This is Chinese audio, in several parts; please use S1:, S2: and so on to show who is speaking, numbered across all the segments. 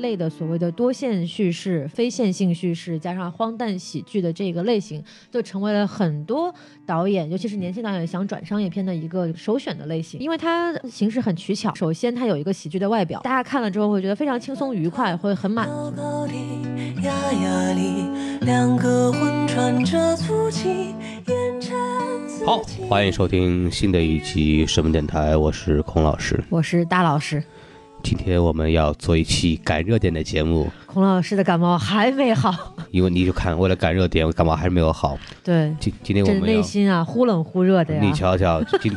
S1: 类的所谓的多线叙事、非线性叙事，加上荒诞喜剧的这个类型，就成为了很多导演，尤其是年轻导演想转商业片的一个首选的类型，因为它形式很取巧。首先，它有一个喜剧的外表，大家看了之后会觉得非常轻松愉快，会很满
S2: 高高的，压压力，两个魂穿着粗气，眼馋自
S3: 好
S2: 己，
S3: 欢迎收听新的一期什么电台，我是孔老师。
S1: 我是大老师，
S3: 今天我们要做一期赶热点的节目，
S1: 孔老师的感冒还没好，
S3: 因为你就看为了赶热点，我感冒还是没有好。
S1: 对，
S3: 今今天我
S1: 这
S3: 们
S1: 内
S3: 要，
S1: 心啊忽冷忽热的呀
S3: 你。瞧瞧，今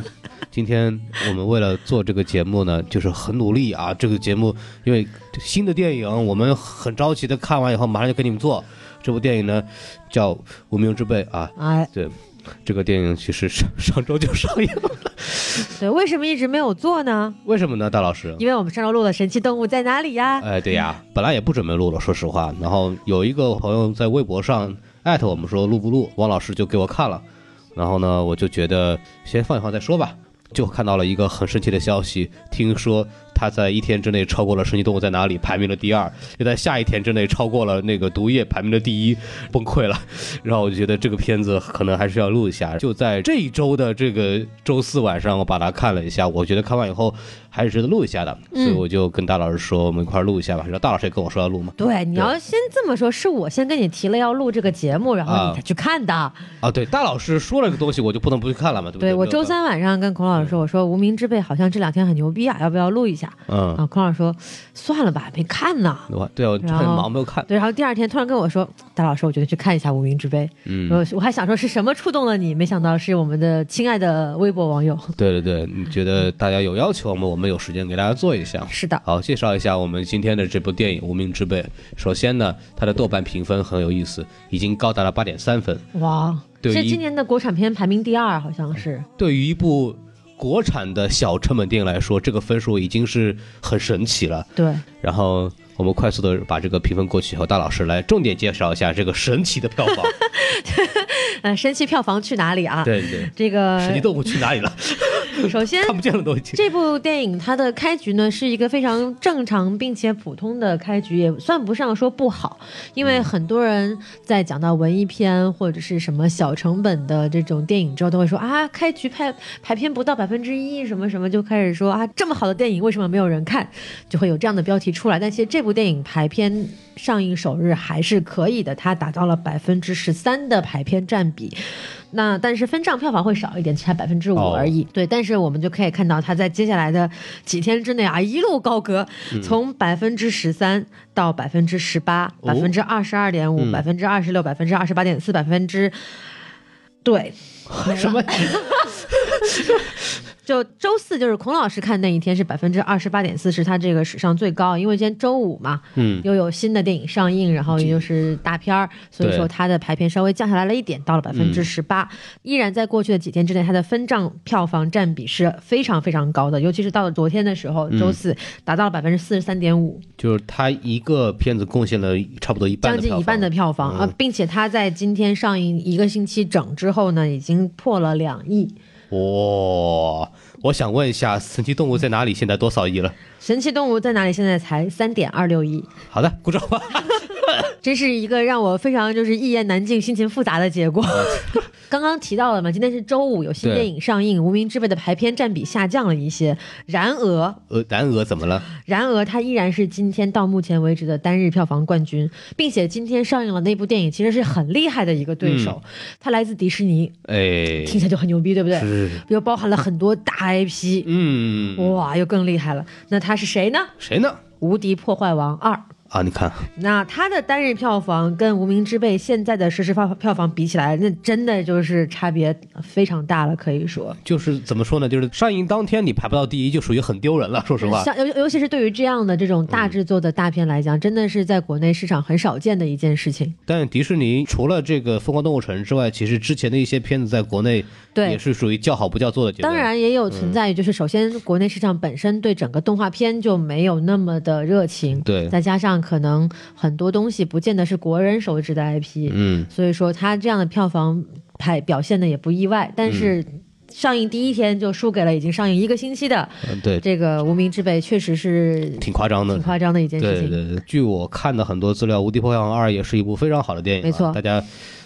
S3: 今天我们为了做这个节目呢，就是很努力啊。这个节目因为新的电影，我们很着急的看完以后，马上就给你们做。这部电影呢叫《无名之辈》啊，
S1: 哎，
S3: 这个电影其实上上周就上映了，
S1: 对，为什么一直没有做呢？
S3: 为什么呢，大老师？
S1: 因为我们上周录的《神奇动物在哪里》呀，
S3: 哎，对呀，本来也不准备录了，说实话。然后有一个朋友在微博上艾特我们说录不录，王老师就给我看了。然后呢，我就觉得先放一放再说吧。就看到了一个很神奇的消息，听说他在一天之内超过了《神奇动物在哪里》，排名了第二；又在下一天之内超过了那个《毒液》，排名了第一，崩溃了。 然后我就觉得这个片子可能还是要录一下。就在这一周的这个周四晚上，我把它看了一下，我觉得看完以后还是值得录一下的，
S1: 嗯
S3: 所以我就跟大老师说，我们一块儿录一下吧。然后大老师也跟我说要录嘛，
S1: 对，你要先这么说，是我先跟你提了要录这个节目，然后
S3: 啊
S1: 你才去看的。
S3: 啊，对，大老师说了个东西，我就不能不去看了嘛，对不
S1: 对
S3: 对
S1: 我周，三晚上跟孔老师说，我说《无名之辈》好像这两天很牛逼啊，要不要录一下？
S3: 嗯，
S1: 啊，孔老师说算了吧，没看呢。
S3: 我对啊我很
S1: 然后
S3: 忙没有看，
S1: 对，然后第二天突然跟我说，大老师，我决定去看一下《无名之辈》。
S3: 嗯，
S1: 我我还想说是什么触动了你，没想到是我们的亲爱的微博网友。
S3: 对对对，你觉得大家有要求吗？我们有时间给大家做一下。
S1: 是的，
S3: 好，介绍一下我们今天的这部电影《无名之辈》。首先呢，它的豆瓣评分很有意思，已经高达了八点三分。
S1: 哇，
S3: 对
S1: 是
S3: 一啊
S1: 今年的国产片排名第二，好像是。
S3: 对于一部国产的小成本电影来说，这个分数已经是很神奇了。
S1: 对，
S3: 然后我们快速的把这个评分过去以后，大老师来重点介绍一下这个神奇的 票房。
S1: 呃，神奇票房去哪里啊？
S3: 对对
S1: 这
S3: 对，神奇
S1: 个
S3: 动物去哪里了？
S1: 首先
S3: 看不见了都已经。
S1: 这部电影它的开局呢是一个非常正常并且普通的开局，也算不上说不好，因为很多人在讲到文艺片或者是什么小成本的这种电影之后，都会说啊，开局排排片不到百分之一，什么什么就开始说啊，这么好的电影为什么没有人看，就会有这样的标题出来。但其实这部电影排片上映首日还是可以的，它达到了百分之十三的排片占比，那但是分账票房会少一点，才百分之五
S3: 哦
S1: 而已。对，但是我们就可以看到，它在接下来的几天之内啊，一路高歌，从百分之十三到百分之十八、百分之二十二点五、百分之二十六、百分之二十八点四、百分之对，
S3: 什么？
S1: 就周四就是孔老师看那一天是百分之二十八点四，是他这个史上最高，因为今天周五嘛，
S3: 嗯，
S1: 又有新的电影上映，然后也就是大片儿，所以说它的排片稍微降下来了一点，到了百分
S3: 嗯
S1: 之十八，依然在过去的几天之内，它的分账票房占比是非常非常高的，尤其是到了昨天的时候，周四达到了百分之四十三点五，
S3: 就是他嗯一个片子贡献了差不多一半
S1: 将
S3: 的票
S1: 近
S3: 房，嗯
S1: 一半的票房啊、并且它在今天上映一个星期整之后呢，已经破了两亿。
S3: 哇、我想问一下，《神奇动物在哪里》现在多少亿了？
S1: 神奇动物在哪里？现在才三点二六亿，
S3: 好的，鼓掌吧。
S1: 真是一个让我非常就是一言难尽、心情复杂的结果。 刚刚提到了嘛，今天是周五，有新
S3: 嗯对
S1: 电影上映，《无名之辈》的排片占比下降了一些。然而，
S3: 呃，南俄怎么了？
S1: 然而它依然是今天到目前为止的单日票房冠军，并且今天上映了那部电影，其实是很厉害的一个对
S3: 嗯
S1: 手，它来自迪士尼，
S3: 哎，
S1: 听起来就很牛逼，对不对？
S3: 是，
S1: 又包含了很多大 IP，、
S3: 嗯，
S1: 哇，又更厉害了。那他是谁呢？《
S3: 谁呢？
S1: 无敌破坏王二》。
S3: 啊，你看，
S1: 那它的单日票房跟《无名之辈》现在的实时票票房比起来，那真的就是差别非常大了，可以说，
S3: 就是怎么说呢？就是上映当天你排不到第一，就属于很丢人了。说实话，
S1: 像尤尤其是对于这样的这种大制作的大片来讲，真的是在国内市场很少见的一件事情。
S3: 但迪士尼除了这个《疯狂动物城》之外，其实之前的一些片子在国内
S1: 对
S3: 也是属于叫好不叫座的阶段。
S1: 当，然也有存在于，就是首先国内市场本身对整个动画片就没有那么的热情，
S3: 嗯对
S1: 再加上可能很多东西不见得是国人熟知的 IP，
S3: 嗯，
S1: 所以说它这样的票房排表现的也不意外，但是。上映第一天就输给了已经上映一个星期的
S3: 嗯对，
S1: 这个《无名之辈》，确实是
S3: 挺夸张的
S1: 挺。夸张的一件
S3: 对
S1: 事
S3: 对
S1: 情。
S3: 对，据我看的很多资料，《无敌破坏王二》也是一部非常好的电影啊，
S1: 没错
S3: 大家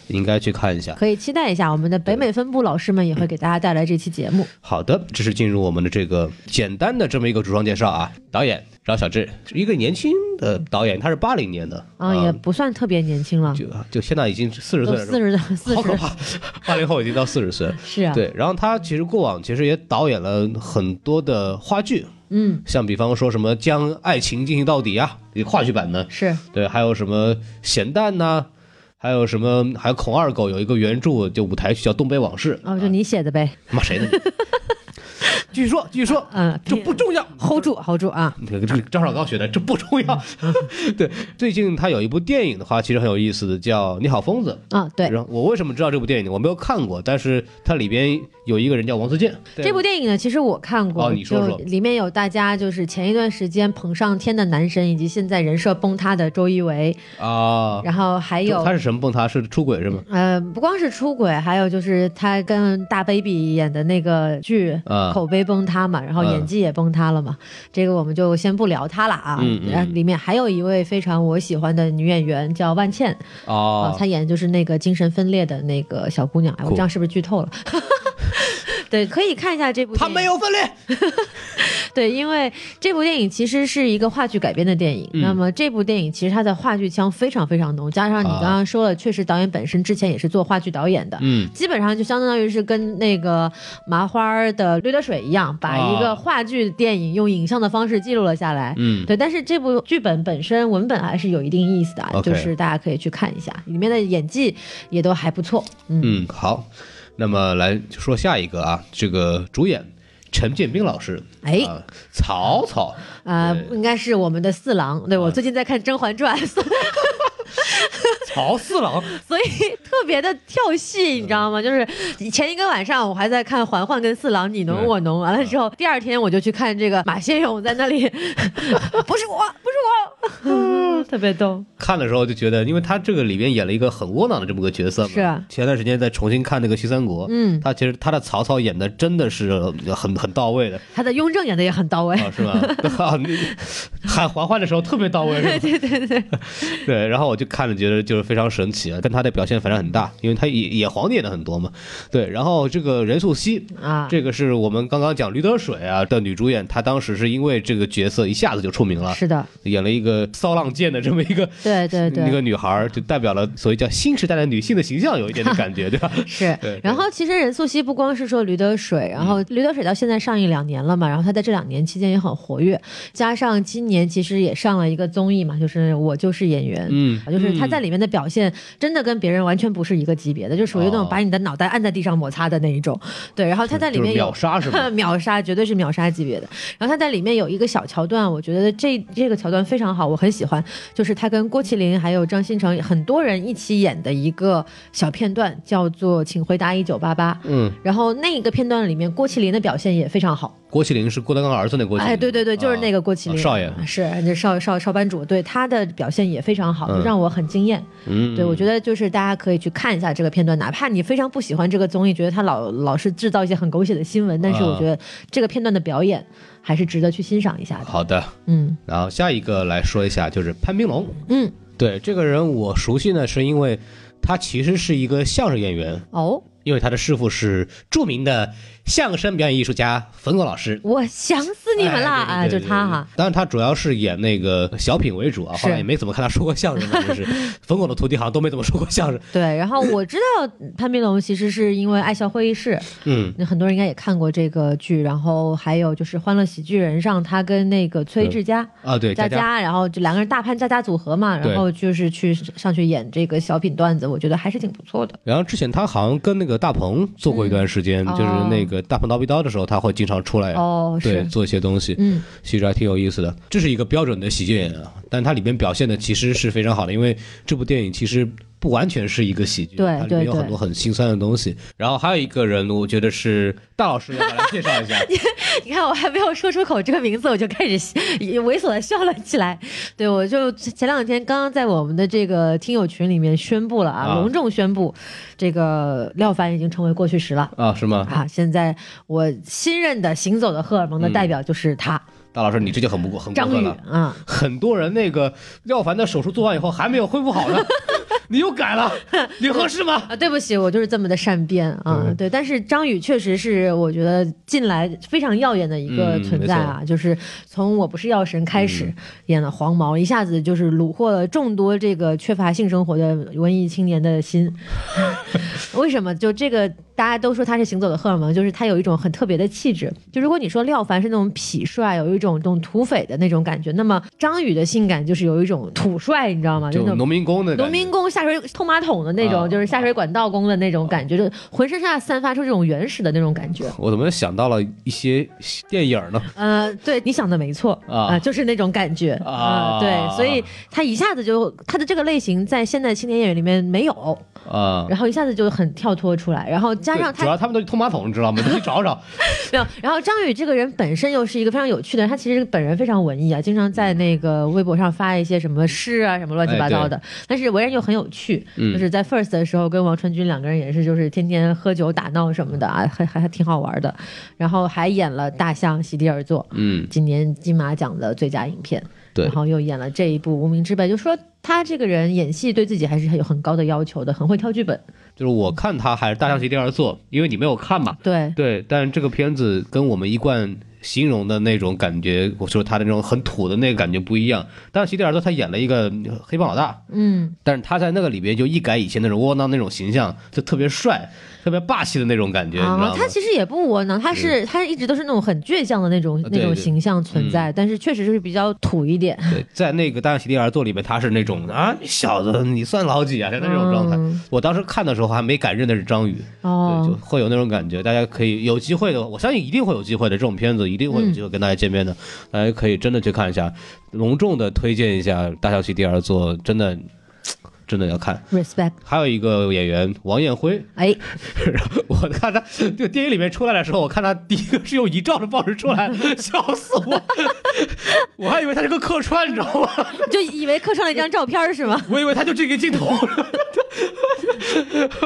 S3: 应该去看一下。
S1: 可以期待一下，我们的北美分部老师们也会给大家带来这期节目。
S3: 好的，这是进入我们的这个简单的这么一个主创介绍啊。导演饶晓志是一个年轻的导演，他是八零年的
S1: 啊，也不算特别年轻了，
S3: 就就现在已经四十
S1: 都
S3: 岁了，
S1: 四十四
S3: 好可
S1: 十，
S3: 怕， 八零后已经到四十岁了。
S1: 是啊，
S3: 对，然后他其实过往其实也导演了很多的话剧，
S1: 嗯，
S3: 像比方说什么《将爱情进行到底》啊，一个话剧版的，
S1: 是
S3: 对，还有什么《咸蛋》呐，还有什么，还有孔二狗有一个原著就舞台剧叫《东北往事》
S1: 哦，就你写的呗，
S3: 骂谁呢 你？继续说，继续说，
S1: 嗯
S3: 这不 重要。
S1: ，hold 住，hold 住啊，
S3: 这个这个张绍刚学的，这不重要。 对，最近他有一部电影的话，其实很有意思的，叫《你好，疯子》。
S1: 啊，对，
S3: 然后我为什么知道这部电影呢？我没有看过，但是它里边有一个人叫王自健。对
S1: 这部电影呢，其实我看过，
S3: 哦你说说
S1: 就里面有大家就是前一段时间捧上天的男神，以及现在人设崩塌的周一围，
S3: 啊，
S1: 然后还有
S3: 他是什么蹦？他是出轨是吗？
S1: 呃，不光是出轨，还有就是他跟大 baby 演的那个剧、
S3: 嗯
S1: 口碑崩塌嘛，然后
S3: 嗯
S1: 演技也崩塌了嘛，这个我们就先不聊他了啊。
S3: 嗯嗯
S1: 然后里面还有一位非常我喜欢的女演员叫万茜啊、
S3: 啊，
S1: 她演的就是那个精神分裂的那个小姑娘。哎，我
S3: 酷
S1: 这样是不是剧透了？ 对，可以看一下这部。
S3: 他没。有分裂。
S1: 对，因为这部电影其实是一个话剧改编的电影。
S3: 嗯
S1: 那么这部电影其实它的话剧腔非常非常浓，加上你刚刚说了，确实导演本身之前也是做话剧导演的，
S3: 啊嗯，
S1: 基本上就相当于是跟那个麻花儿的《驴得水》一样，把一个
S3: 啊
S1: 话剧电影用影像的方式记录了下来。
S3: 嗯
S1: 对，但是这部剧本本身文本还是有一定意思的啊
S3: OK
S1: 就是大家可以去看一下，里面的演技也都还不错。嗯，
S3: 嗯，好，那么来说下一个啊，这个主演陈建斌老师，
S1: 哎
S3: 啊曹操，
S1: 啊、
S3: 对啊
S1: 应该是我们的四郎。对我最近在看《甄嬛传》，所以
S3: 曹四郎，
S1: 所以 特别的跳戏，你知道吗？就是前一个晚上我还在看嬛嬛跟四郎你侬我侬，完
S3: 啊
S1: 了之后第二天我就去看这个马先勇在那里， 不是我，不是我， 特别逗。
S3: 看的时候就觉得，因为他这个里边演了一个很窝囊的这么个角色嘛。
S1: 是啊
S3: 前段时间在重新看那个《西三国》，
S1: 嗯
S3: 他其实他的曹操演的真的是呃很很到位 的
S1: 他的雍正演的也很到位，
S3: 啊，是吧？ 啊，你喊嬛嬛的时候特别到位，是 吧？
S1: 对对对，
S3: 对，然后我就看了，觉得就是非常神奇啊，跟他的表现反差很大，因为他演演皇帝演的很多嘛。对，然后这个任素汐，
S1: 啊，
S3: 哦这个是我们刚刚讲《驴得水啊》的女主演，她当时是因为这个角色一下子就出名了，
S1: 是的，
S3: 演了一个骚浪贱的这么一个
S1: 对对
S3: 一个
S1: 对，
S3: 女孩儿，就代表了所谓叫新时代的女性的形象，有一点的感觉， 对吧？
S1: 是
S3: 对对。嗯
S1: 然后其实任素汐不光是说《驴得水》，然后《驴得水》到现在上映两年了嘛，然后她在这两年期间也很活跃，加上今年其实也上了一个综艺嘛，就是《我就是演员》，
S3: 嗯，
S1: 就是他在里面的表现真的跟别人完全不是一个级别的，就属于那种把你的脑袋按在地上摩擦的那一种。对，然后他在里面
S3: 哦就是
S1: 有
S3: 秒杀是 吧
S1: 秒杀绝对是秒杀级别的。然后他在里面有一个小桥段，我觉得这这个桥段非常好，我很喜欢，就是他跟郭麒麟还有张新成很多人一起演的一个小片段，叫做《请回答一九八八》。
S3: 嗯，
S1: 然后那个片段里面，郭麒麟的表现也非常好。
S3: 郭麒麟是郭德纲儿子那郭麒麟，
S1: 哎，对对对，就是那个郭麒
S3: 啊
S1: 麟、
S3: 少爷，
S1: 是那少少少班主，对他的表现也非常好，
S3: 嗯
S1: 就让我很惊艳。
S3: 嗯，
S1: 对，我觉得就是大家可以去看一下这个片段，哪怕你非常不喜欢这个综艺，觉得他老老是制造一些很狗血的新闻，但是我
S3: 嗯
S1: 觉得这个片段的表演还是值得去欣赏一下的。
S3: 好的。
S1: 嗯
S3: 然后下一个来说一下，就是潘斌龙，
S1: 嗯，
S3: 对这个人我熟悉呢，是因为他其实是一个相声演员，
S1: 哦，
S3: 因为他的师傅是著名的相声表演艺术家冯巩老师。
S1: 我想死你们啦！啊，
S3: 哎对对对
S1: 就他
S3: 对
S1: 哈，
S3: 当然他主要是演那个小品为主啊，
S1: 是
S3: 后来也没怎么看他说过相声，反正是冯巩的徒弟好像都没怎么说过相声。
S1: 对。然后我知道潘斌龙其实是因为《爱笑会议室》，
S3: 嗯，
S1: 那很多人应该也看过这个剧，然后还有就是《欢乐喜剧人》上他跟那个崔智佳。
S3: 啊对，
S1: 佳
S3: 佳佳，
S1: 佳，然后就两个人大潘佳佳组合嘛，
S3: 对
S1: 然后就是去上去演这个小品段子，我觉得还是挺不错的。
S3: 然后之前他好像跟那个大鹏做过一段时间，
S1: 嗯
S3: 就是
S1: 哦
S3: 那个大鹏叨逼叨的时候，他会经常出来。
S1: 哦，
S3: 对，
S1: 是，
S3: 做一些东西，
S1: 嗯，
S3: 其实还挺有意思的。这是一个标准的喜剧演员啊，但他里边表现的其实是非常好的，因为这部电影其实不完全是一个喜剧，
S1: 对
S3: 它里面
S1: 对
S3: 有
S1: 对
S3: 很多很心酸的东西。然后还有一个人，我觉得是大老师要来介绍一下，
S1: 你看，我还没有说出口这个名字，我就开始笑猥琐的笑了起来。对，我就前两天刚刚在我们的这个听友群里面宣布了啊，
S3: 啊
S1: 隆重宣布，这个廖凡已经成为过去时了。
S3: 啊，是吗？
S1: 啊，现在我新任的行走的荷尔蒙的代表就是他，
S3: 大老师，你这就很不过很过
S1: 张
S3: 分
S1: 宇
S3: 了。
S1: 啊。
S3: 很多人那个廖凡的手术做完以后还没有恢 复好呢，你又改了，你合适吗？
S1: 啊，对不起，我就是这么的善变啊。
S3: 嗯
S1: 对，但是张宇确实是我觉得近来非常耀眼的一个
S3: 嗯
S1: 存在啊，就是从《我不是药神》开始演了黄毛，一下子就是虏获了众多这个缺乏性生活的文艺青年的心。 为什么？就这个大家都说他是行走的荷尔蒙，就是他有一种很特别的气质。就如果你说廖凡是那种痞帅，有一种这种土匪的那种感觉，那么张宇的性感就是有一种土帅，你知道吗？
S3: 就
S1: 那种
S3: 农民工的感觉
S1: 农民工下水通马桶的那种，
S3: 啊
S1: 就是下水管道工的那种感觉，就浑身上下散发出这种原始的那种感觉。
S3: 我怎么想到了一些电影 呢？
S1: 呃，对，你想的没错
S3: 啊
S1: 就是那种感觉
S3: 啊
S1: 对，所以他一下子就他的这个类型在现代青年演员里面没有，
S3: 啊、
S1: 然后一下子就很跳脱出来，然后加
S3: 对
S1: 上
S3: 主
S1: 他
S3: 要他们都去通马桶，你知道吗？ 你去 找找。
S1: 没有，然后张宇这个人本身又是一个非常有趣的人，他其实本人非常文艺啊，经常在那个微博上发一些什么诗啊，什么乱七八糟的，但是为人又很有趣，
S3: 哎嗯
S1: 就是在 First 的时候跟王传君两个人也是，就是天天喝酒打闹什么的啊，还还还挺好玩的，然后还演了《大象席地而坐》，
S3: 嗯，
S1: 今年金马奖的最佳影片，
S3: 对
S1: 然后又演了这一部《无名之辈》，就说他这个人演戏对自己还是很有很高的要求的，很会挑剧本，
S3: 就是我看他还是大象席地而坐，因为你没有看嘛。
S1: 对。
S3: 对，但这个片子跟我们一贯形容的那种感觉，我说他的那种很土的那个感觉不一样。但是席地而坐他演了一个黑帮老大，
S1: 嗯，
S3: 但是他在那个里边就一改以前那种窝囊那种形象，就特别帅、特别霸气的那种感觉，你知道
S1: 啊
S3: 吗，？
S1: 他其实也不窝囊，他是他一直都是那种很倔强的那种
S3: 对
S1: 那种
S3: 对
S1: 形象存在，但是确实就是比较土一点。
S3: 对，在那个《大象席地而坐》里面，他是那种啊，你小子你算老几啊？就那种状态。
S1: 嗯
S3: 我当时看的时候还没敢认的是张宇，对，就
S1: 哦，
S3: 会有那种感觉。大家可以有机会的，我相信一定会有机会的。这种片子一定会有机
S1: 嗯
S3: 会跟大家见面的，大家可以真的去看一下。隆重的推荐一下《大象席地而坐》，真的，真的要看。
S1: respect，
S3: 还有一个演员王艳辉，
S1: 哎，
S3: 我看他这个电影里面出来的时候，我看他第一个是用遗照的方式出 来，笑死我！ 我还以为他是个客串，你知道吗？
S1: 就以为刻上了一张照片儿是吗？
S3: 我以为他就这个镜头，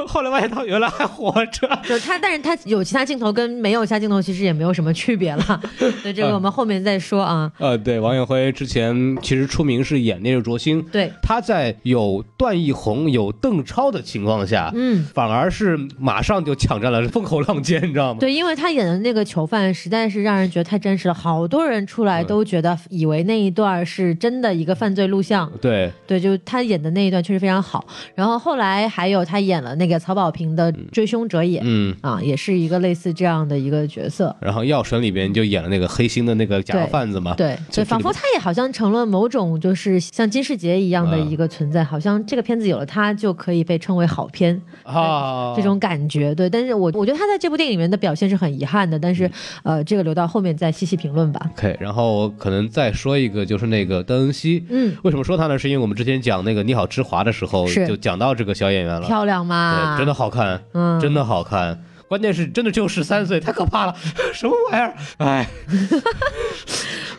S3: 后来发现他原来还活着。
S1: 就是他，但是他有其他镜头跟没有其他镜头其实也没有什么区别了。对，这个我们后面再说啊。
S3: 呃，对，王艳辉之前其实出名是演《烈日灼心》，
S1: 对，
S3: 他在有段奕宏、有邓超的情况下，
S1: 嗯，
S3: 反而是马上就抢占了风口浪尖，你知道吗？
S1: 对，因为他演的那个囚犯实在是让人觉得太真实了，好多人出来都觉得以为那一段是真的一个犯罪录像，
S3: 对，
S1: 对，就是他演的那一段确实非常好。然后后来还有他演了那个曹保平的《追凶者也》
S3: 嗯。
S1: 啊，也是一个类似这样的一个角色。
S3: 然后《药神》里边就演了那个黑心的那个假药贩子嘛，
S1: 对，
S3: 啊这
S1: 所以仿佛他也好像成了某种就是像金世杰一样
S3: 啊
S1: 的一个存在，好像这个片子有了他就可以被称为好片、
S3: 啊，
S1: 这种感觉。对，但是我我觉得他在这部电影里面的表现是很遗憾的，但是、
S3: 嗯
S1: 呃，这个留到后面再细细评论吧。
S3: OK，然后可能再说一个，就是那个邓恩熙。
S1: 嗯，
S3: 为什么说他呢？是因为我们之前讲那个《你好，之华》的时候，
S1: 是
S3: 就讲到这个小演员了，
S1: 漂亮嘛，
S3: 对，真的好看，
S1: 啊嗯
S3: 真的好看。关键是真的只有十三岁，太可怕了， 什么玩意儿？哎，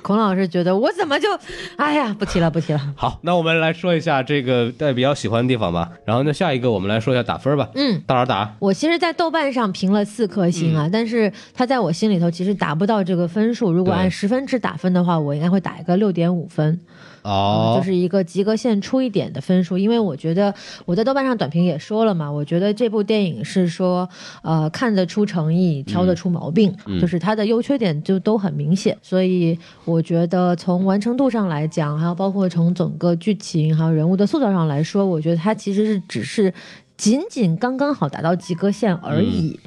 S1: 孔老师觉得我怎么就，哎呀，不提了，不提了。
S3: 好，那我们来说一下这个大家比较喜欢的地方吧。然后呢，下一个我们来说一下打分吧。
S1: 嗯，
S3: 大老打
S1: 我其实，在豆瓣上评了四颗星
S3: 嗯
S1: 啊，但是它在我心里头其实达不到这个分数。如果
S3: 对
S1: 按十分制打分的话，我应该会打一个六点五分，
S3: 哦，
S1: 就是一个及格线出一点的分数。因为我觉得我在豆瓣上短评也说了嘛，我觉得这部电影是说，呃，看得出诚意，挑得出毛病，
S3: 嗯
S1: 就是它的优缺点就都很明显。所以我觉得从完成度上来讲，还有包括从整个剧情还有人物的塑造上来说，我觉得它其实是只是仅仅刚刚好达到及格线而已。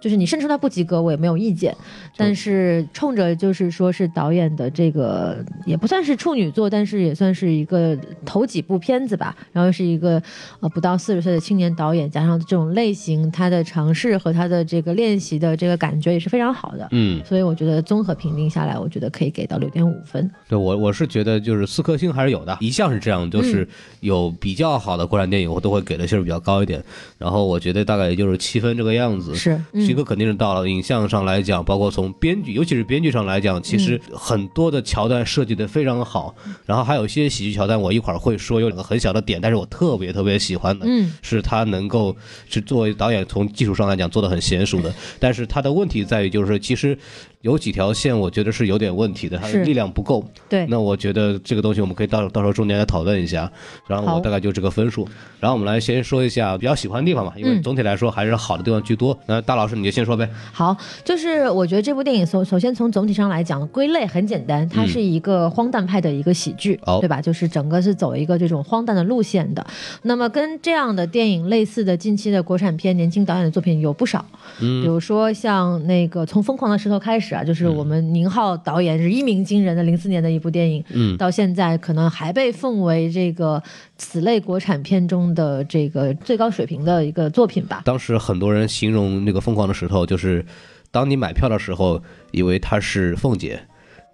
S1: 就是你甚至它不及格，我也没有意见。但是冲着就是说是导演的这个也不算是处女作，但是也算是一个头几部片子吧。然后是一个呃不到四十岁的青年导演，加上这种类型，他的尝试和他的这个练习的这个感觉也是非常好的。
S3: 嗯，
S1: 所以我觉得综合评定下来，我觉得可以给到六点五分。
S3: 对我我是觉得就是四颗星还是有的，一向是这样，
S1: 嗯
S3: 就是有比较好的国产电影，我都会给的星儿比较高一点。然后我觉得大概也就是七分这个样子。
S1: 是，嗯
S3: 其一个肯定是到了影像上来讲，包括从编剧，尤其是编剧上来讲，其实
S1: 嗯
S3: 很多的桥段设计的非常好。然后还有一些喜剧桥段，我一会儿会说有两个很小的点，但是我特别特别喜欢的，
S1: 嗯，
S3: 是他能够是作为导演从技术上来讲做的很娴 熟的。但是他的问题在于，就是其实有几条线我觉得是有点问题的，他的
S1: 是
S3: 力量不够。
S1: 对，
S3: 那我觉得这个东西我们可以到到时候重点来讨论一下，然后
S1: 好
S3: 我大概就这个分数。然后我们来先说一下比较喜欢的地方吧，因为
S1: 嗯
S3: 总体来说还是好的地方居多。那大老师你就先说呗。
S1: 好，就是我觉得这部电影首首先从总体上来讲，归类很简单，它
S3: 嗯
S1: 是一个荒诞派的一个喜剧，
S3: 哦
S1: 对吧？就是整个是走一个这种荒诞的路线的。那么跟这样的电影类似的，近期的国产片年轻导演的作品有不少，
S3: 嗯
S1: 比如说像那个从《疯狂的石头》开始啊，就是我们宁浩导演是一鸣惊人的零四年的一部电影，
S3: 嗯
S1: 到现在可能还被奉为这个此类国产片中的这个最高水平的一个作品吧。
S3: 当时很多人形容那个疯狂的石头，就是当你买票的时候，以为它是凤姐，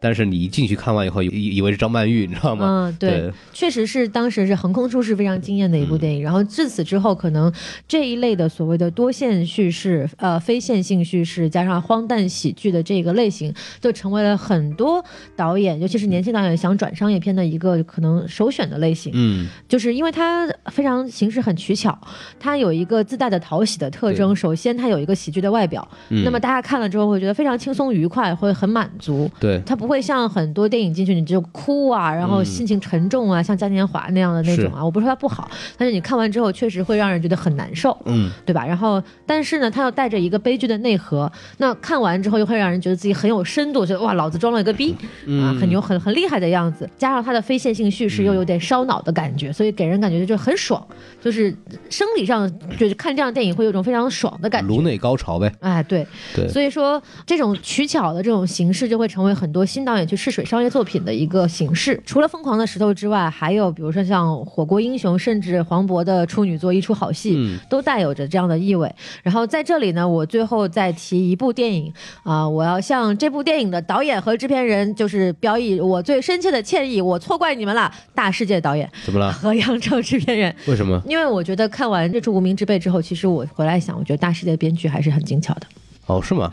S3: 但是你一进去看完以后，以以为是张曼玉，你知道吗？
S1: 嗯，对，确实是当时是横空出世非常惊艳的一部
S3: 嗯
S1: 电影。然后自此之后，可能这一类的所谓的多线叙事、呃非线性叙事加上荒诞喜剧的这个类型，就成为了很多导演，尤其是年轻导演想转商业片的一个可能首选的类型。
S3: 嗯，
S1: 就是因为它非常形式很取巧，它有一个自带的讨喜的特征。
S3: 对嗯
S1: 首先，它有一个喜剧的外表，那么大家看了之后会觉得非常轻松愉快，会很满足。
S3: 对，
S1: 它不会像很多电影进去你就哭啊，然后心情沉重啊，像嘉年华那样的那种啊。我不是说它不好，但是你看完之后确实会让人觉得很难受，
S3: 嗯，
S1: 对吧？然后，但是呢，它又带着一个悲剧的内核，那看完之后又会让人觉得自己很有深度，觉得哇，老子装了一个逼、啊，很牛、很很厉害的样子。加上它的非线性叙事又有点烧脑的感觉，所以给人感觉就很爽，就是生理上就是看这样的电影会有一种非常爽的感觉。
S3: 颅内高潮呗。
S1: 哎，对，
S3: 对
S1: 所以说这种取巧的这种形式，就会成为很多新导演去试水商业作品的一个形式。除了《疯狂的石头》之外，还有比如说像《火锅英雄》，甚至黄渤的处女作《一出好戏》
S3: 嗯
S1: 都带有着这样的意味。然后在这里呢，我最后再提一部电影啊、我要向这部电影的导演和制片人就是表以我最深切的歉意，我错怪你们了，大世界导演
S3: 怎么了？
S1: 和杨超制片人。
S3: 为什么？
S1: 因为我觉得看完这出《无名之辈》之后，其实我回来想，我觉得大世界的编剧还是很精巧的。
S3: 哦，是吗？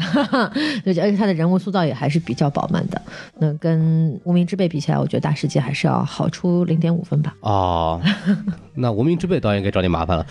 S1: 对，而且他的人物塑造也还是比较饱满的。那跟《无名之辈》比起来，我觉得《大世界》还是要好出零点五分吧。
S3: 哦，那无名之辈导演该找你麻烦了。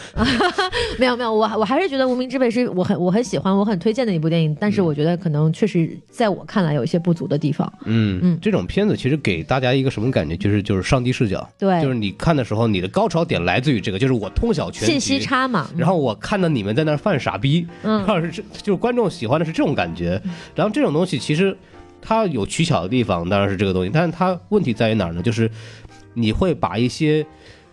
S1: 没有没有，我我还是觉得《无名之辈》是我很我很喜欢、我很推荐的一部电影，但是我觉得可能确实在我看来有一些不足的地方。
S3: 嗯，这种片子其实给大家一个什么感觉？就是就是上帝视角，
S1: 对
S3: 就是你看的时候，你的高潮点来自于这个，就是我通晓全局
S1: 信息。差嘛，嗯
S3: 然后我看到你们在那儿犯傻逼，
S1: 嗯
S3: 要是这 就是观众喜欢的是这种感觉，然后这种东西其实它有取巧的地方，当然是这个东西，但是它问题在于哪儿呢？就是你会把一些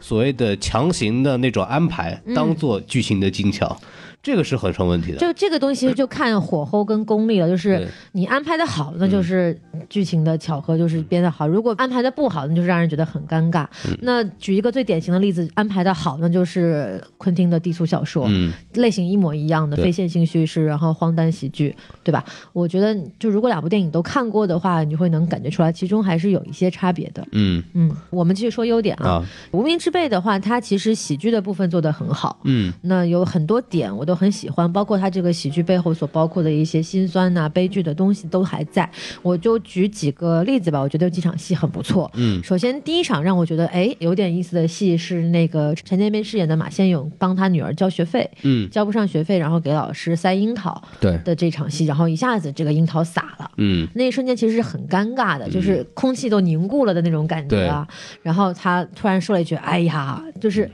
S3: 所谓的强行的那种安排当做剧情的精巧，这个是很成问题的。
S1: 嗯就这个东西就看火候跟功力了，就是
S3: 对嗯
S1: 你安排的好，那就是剧情的巧合，就是编的好；如果安排的不好，那就是让人觉得很尴尬。
S3: 嗯
S1: 那举一个最典型的例子，安排的好，那就是昆汀的低俗小说，
S3: 嗯，
S1: 类型一模一样的
S3: 对
S1: 非线性叙事，然后荒诞喜剧，对吧？我觉得就如果两部电影都看过的话，你会能感觉出来其中还是有一些差别的。
S3: 嗯
S1: 嗯，我们继续说优点啊。
S3: 啊，
S1: 无名之辈的话，它其实喜剧的部分做得很好。
S3: 嗯
S1: 那有很多点我都很喜欢，包括它这个喜剧背后所包括的一些辛酸呐、悲剧的东西都还在。我就举几个例子吧，我觉得有几场戏很不错。
S3: 嗯
S1: 首先第一场让我觉得哎有点意思的戏是那个陈建斌饰演的马先勇帮他女儿交学费，
S3: 嗯，
S1: 交不上学费，然后给老师塞樱桃
S3: 对，
S1: 的这场戏，然后一下子这个樱桃洒了。
S3: 嗯
S1: 那一瞬间其实是很尴尬的，就是空气都凝固了的那种感觉啊。然后他突然说了一句“哎呀”，就是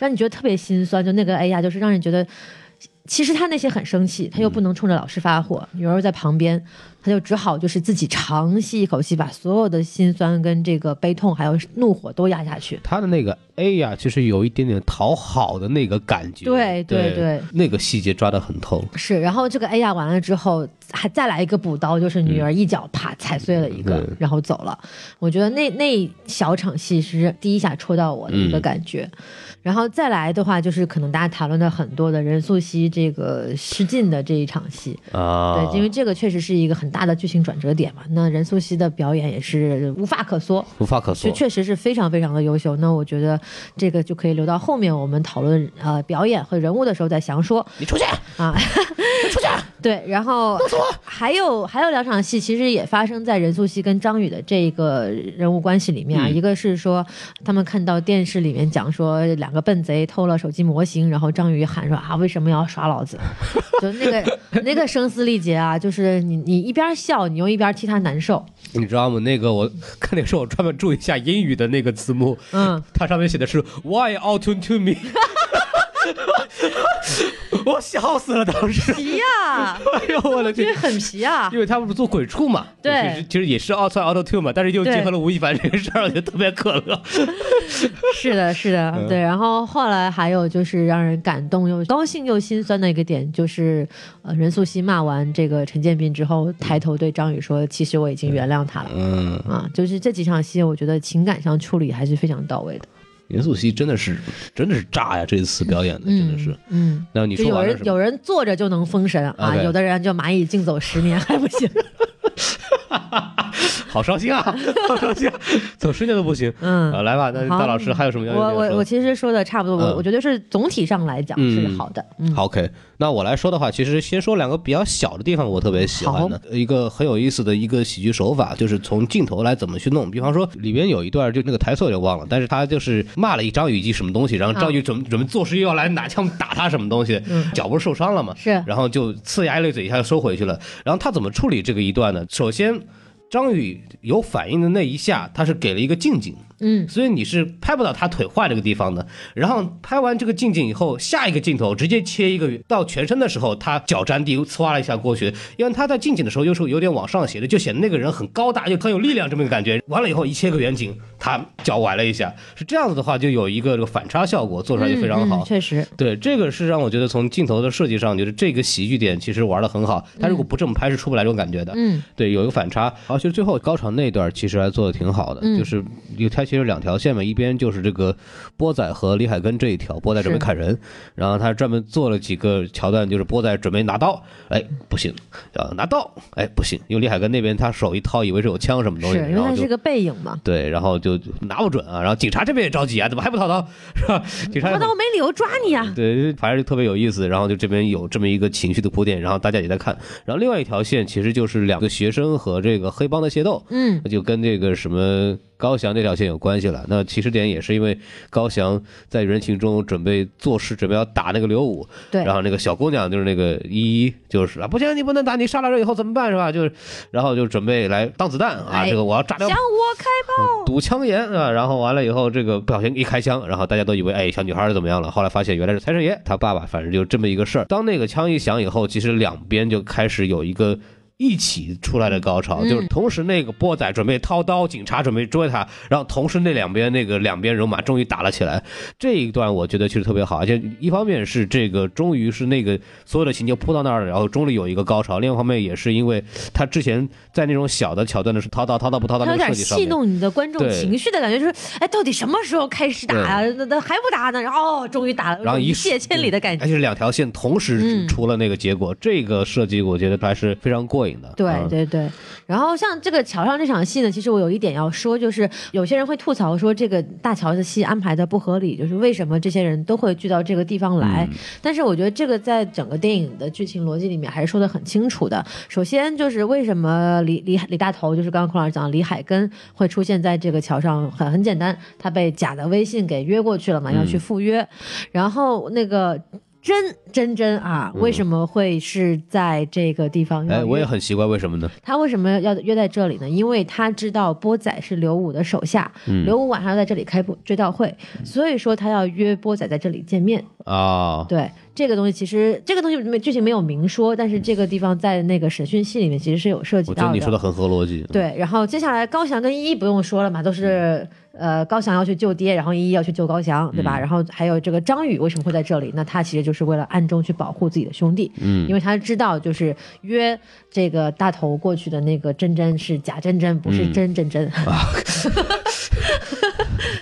S1: 让你觉得特别心酸，就那个“哎呀”，就是让人觉得，其实他内心很生气，他又不能冲着老师发火，女儿又在旁边，他就只好就是自己长吸一口气，把所有的心酸跟这个悲痛还有怒火都压下去。
S3: 他的那个 A 呀、其实有一点点讨好的那个感觉。
S1: 对对
S3: 对
S1: 对
S3: 那个细节抓得很透。
S1: 是，然后这个 A 呀完了之后，还再来一个补刀，就是女儿一脚啪踩碎了一个，
S3: 嗯对
S1: 然后走了。我觉得那那小场戏是第一下戳到我的
S3: 嗯
S1: 一个感觉。然后再来的话，就是可能大家谈论的很多的任素汐这个失禁的这一场戏，
S3: 啊，
S1: 对，因为这个确实是一个很大的剧情转折点嘛。那任素汐的表演也是无话可说，
S3: 无话可
S1: 就
S3: 说。
S1: 确实是非常非常的优秀。那我觉得这个就可以留到后面我们讨论呃表演和人物的时候再详说。
S3: 你出去，
S1: 啊，
S3: 你出去。
S1: 对，然后还有还有两场戏，其实也发生在任素汐跟张宇的这个人物关系里面啊。
S3: 嗯
S1: 一个是说他们看到电视里面讲说两个笨贼偷了手机模型，然后张宇喊说啊为什么要耍老 子？就那个那个声嘶力竭啊，就是你你一边笑，你又一边替他难受。
S3: 你知道吗？那个我看那个时候，我专门注意一下英语的那个字幕，
S1: 嗯，
S3: 它上面写的是 “Why autumn to me”，我笑死了，当时，
S1: 皮呀、
S3: 哎呦我的
S1: 这
S3: 天！
S1: 很皮啊
S3: 因。为他们不是做鬼畜嘛，
S1: 对
S3: 其实其实也是 auto auto tune 嘛，但是又
S1: 对
S3: 结合了吴亦凡这个事儿，我觉得特别可乐。
S1: 是的，是
S3: 嗯
S1: 的，对。然后后来还有就是让人感动又高兴又心酸的一个点，就是呃，任素汐骂完这个陈建斌之后，抬头对张宇说：“其实我已经原谅他了。
S3: 嗯，
S1: 啊，就是这几场戏，我觉得情感上处理还是非常到位的。
S3: 严素汐真的是真的是炸呀！这次表演的真的是，
S1: 嗯，
S3: 那你
S1: 就
S3: 说
S1: 有
S3: 完了
S1: 人
S3: 什
S1: 有
S3: 么？
S1: 人坐着就能封神啊，
S3: OK
S1: 有的人就蚂蚁竞走十年还不 行。
S3: 好伤 心啊，好伤心啊，走十年都不行。
S1: 嗯
S3: 啊，来吧，那
S1: 好
S3: 大老师还有什么要
S1: 我我我
S3: 要说？
S1: 其实说的差不多，我
S3: 嗯
S1: 我觉得是总体上来讲是好的。嗯，
S3: 好，OK，那我来说的话，其实先说两个比较小的地方，我特别喜欢的一个很有意思的一个喜剧手法，就是从镜头来怎么去弄。比方说里边有一段，就那个台词我就忘了，但是他就是骂了一张宇一句什么东西，然后
S1: 啊
S3: 张宇准准备作势又要来拿枪打他什么东西，
S1: 嗯
S3: 脚不是受伤了嘛，
S1: 是
S3: 然后就呲牙咧嘴一下就收回去了。然后他怎么处理这个一段呢？首先。张宇有反应的那一下，他是给了一个近景，
S1: 嗯，
S3: 所以你是拍不到他腿坏这个地方的。然后拍完这个近景以后，下一个镜头直接切一个到全身的时候，他脚沾地，呲啦一下过去。因为他在近景的时候又是有点往上斜的，就显得那个人很高大，又很有力量这么一个感觉。完了以后一切个远景，他脚崴了一下，是这样子的话，就有一个这个反差效果，做出来就非常好。
S1: 嗯嗯确实，
S3: 对，这个是让我觉得从镜头的设计上，觉得这个喜剧点其实玩的很好。他如果不这么拍，是出不来这种感觉的。
S1: 嗯，
S3: 对，有一个反差。而且最后高潮那段其实还做的挺好的，
S1: 嗯
S3: 就是有它其实两条线嘛，一边就是这个波仔和李海根这一条，波仔准备砍人，然后他专门做了几个桥段，就是波仔准备拿刀，哎不行，啊拿刀，哎不行，因为李海根那边他手一掏，以为是有枪什么东西，
S1: 是因为
S3: 然后
S1: 它
S3: 就是
S1: 个背影嘛，
S3: 对，然后就拿不准啊，然后警察这边也着急啊，怎么还不掏刀 是吧？警察
S1: 说
S3: 也很
S1: 到没理由抓你啊。
S3: 对，反正就特别有意思。然后就这边有这么一个情绪的铺垫，然后大家也在看。然后另外一条线其实就是两个学生和这个黑帮的械斗，
S1: 嗯，
S3: 就跟这个什么高翔那条线有关系了。那起始点也是因为高翔在人群中准备做事，准备要打那个刘武，
S1: 对
S3: 然后那个小姑娘就是那个依依，就是啊，不行，你不能打，你杀了人以后怎么办是吧？就是，然后就准备来当子弹啊，
S1: 哎
S3: 这个我要炸掉
S1: 想我开炮，
S3: 堵枪眼啊，然后完了以后，这个不小心一开枪，然后大家都以为哎小女孩怎么样了，后来发现原来是财神爷他爸爸，反正就这么一个事儿。当那个枪一响以后，其实两边就开始有一个。一起出来的高潮，
S1: 嗯
S3: 就是同时那个波仔准备掏刀，警察准备追他，然后同时那两边那个两边人马终于打了起来。这一段我觉得其实特别好，而且一方面是这个终于是那个所有的情节铺到那儿了，然后终于有一个高潮；另一方面也是因为他之前在那种小的桥段的时候掏刀掏刀不掏刀
S1: 它
S3: 那
S1: 有
S3: 个设
S1: 点
S3: 计上面
S1: 戏，弄你的观众
S3: 对
S1: 情绪的感觉，就是哎，到底什么时候开始打呀、那那还不打呢？然后哦，终于打了，
S3: 然后
S1: 一
S3: 一
S1: 泻千里的感
S3: 而
S1: 觉。
S3: 且两条线同时
S1: 嗯
S3: 出了那个结果，这个设计我觉得还是非常过瘾的。
S1: 对
S3: 嗯
S1: 对对，然后像这个桥上这场戏呢，其实我有一点要说，就是有些人会吐槽说这个大桥的戏安排的不合理，就是为什么这些人都会聚到这个地方来？
S3: 嗯
S1: 但是我觉得这个在整个电影的剧情逻辑里面还是说的很清楚的。首先就是为什么李李李大头，就是刚刚孔老师讲的李海根会出现在这个桥上，很很简单，他被假的微信给约过去了嘛，要
S3: 嗯
S1: 去赴约，然后那个。真真真啊，为什么会是在这个地方要约？
S3: 嗯哎，我也很奇怪，为什么呢？
S1: 他为什么要约在这里呢？因为他知道波仔是刘武的手下，
S3: 嗯
S1: 刘武晚上要在这里开播追悼会，所以说他要约波仔在这里见面。
S3: 啊，
S1: 对这个东西，其实这个东西没剧情没有明说，但是这个地方在那个审讯戏里面其实是有涉及
S3: 我觉
S1: 到
S3: 得
S1: 的。
S3: 你说的很合逻辑。，
S1: 对，然后接下来高翔跟依依不用说了嘛，都
S3: 嗯
S1: 是呃高翔要去救爹，然后依依要去救高翔，对吧？然后还有这个张宇为什么会在这里？那他其实就是为了暗中去保护自己的兄弟，嗯，因为他知道就是约这个大头过
S3: 嗯
S1: 去的那个真真是假真真，不是真真真。